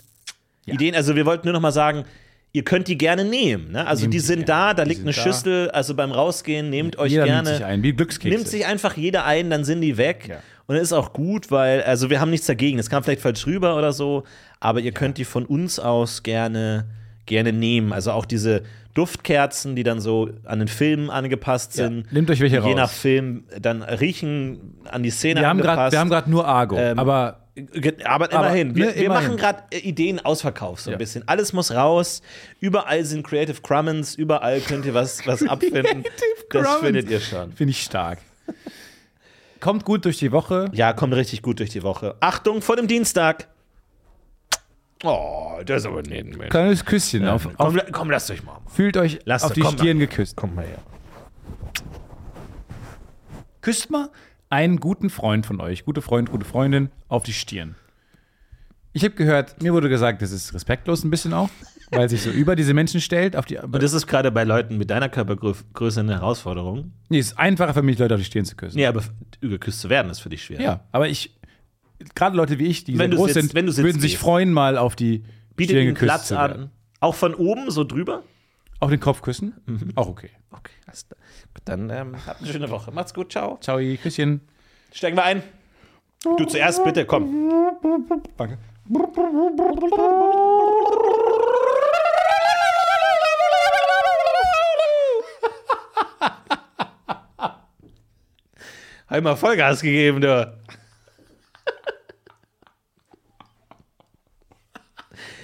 B: Ideen. Also wir wollten nur noch mal sagen, ihr könnt die gerne nehmen. Ne? Also
A: Nehmt
B: die
A: die
B: sind
A: gerne.
B: da, da
A: Die
B: liegt
A: sind
B: eine
A: da.
B: Schüssel, also beim Rausgehen nehmt euch
A: Jeder
B: gerne.
A: nimmt sich ein, wie Glückskekse.
B: Nimmt sich einfach jeder ein, dann sind die weg.
A: Ja.
B: Und ist auch gut, weil, also wir haben nichts dagegen. Das kam vielleicht falsch rüber oder so, aber ihr könnt die von uns aus gerne, gerne nehmen. Also auch diese Duftkerzen, die dann so an den Film angepasst
A: Ja.
B: sind.
A: Nehmt euch welche
B: Je
A: raus.
B: nach Film dann riechen, an die Szene
A: wir haben grad-
B: angepasst.
A: wir haben gerade nur Argo.
B: Ähm,
A: aber
B: Ge- Aber immerhin,
A: ne,
B: wir, wir
A: immerhin.
B: machen gerade Ideen Ausverkauf so ein
A: Ja.
B: bisschen. Alles muss raus. Überall sind Creative Commons, überall könnt ihr was, was abfinden. das
A: Commons.
B: findet ihr schon.
A: Finde ich stark. Kommt gut durch die Woche.
B: Ja, kommt richtig gut durch die Woche. Achtung vor dem Dienstag. Oh, das ist aber nicht mehr.
A: Kleines Küsschen. Auf,
B: Komm, la- komm, lass euch mal.
A: fühlt euch
B: Lass
A: auf
B: doch,
A: die
B: komm mal.
A: Stirn geküsst.
B: Komm mal her.
A: Küsst mal einen guten Freund von euch, gute Freund, gute Freundin, auf die Stirn. Ich habe gehört, mir wurde gesagt, das ist respektlos ein bisschen auch, weil sich so über diese Menschen stellt. Auf die,
B: Und das ist gerade bei Leuten mit deiner Körpergröße eine Herausforderung.
A: nee, es ist einfacher für mich, Leute auf die Stirn zu küssen.
B: Nee, aber f- geküsst zu werden ist für dich schwer.
A: Ja, aber ich, gerade Leute wie ich, die
B: Wenn
A: sehr
B: du
A: groß
B: sitzt-
A: sind,
B: wenn du sitzt
A: würden sich
B: gehst.
A: freuen, mal auf die
B: Bietet
A: Stirn
B: einen
A: geküsst
B: Platz
A: zu werden.
B: an. Auch von oben, so drüber?
A: Auf den Kopf küssen?
B: Mhm.
A: Auch okay.
B: Okay, alles klar. Gut, Dann ähm, habt eine schöne Woche. Macht's gut, ciao.
A: Ciao, ihr Küsschen.
B: Steigen wir ein. Du zuerst bitte, komm.
A: Danke.
B: Hab mal Vollgas gegeben, du.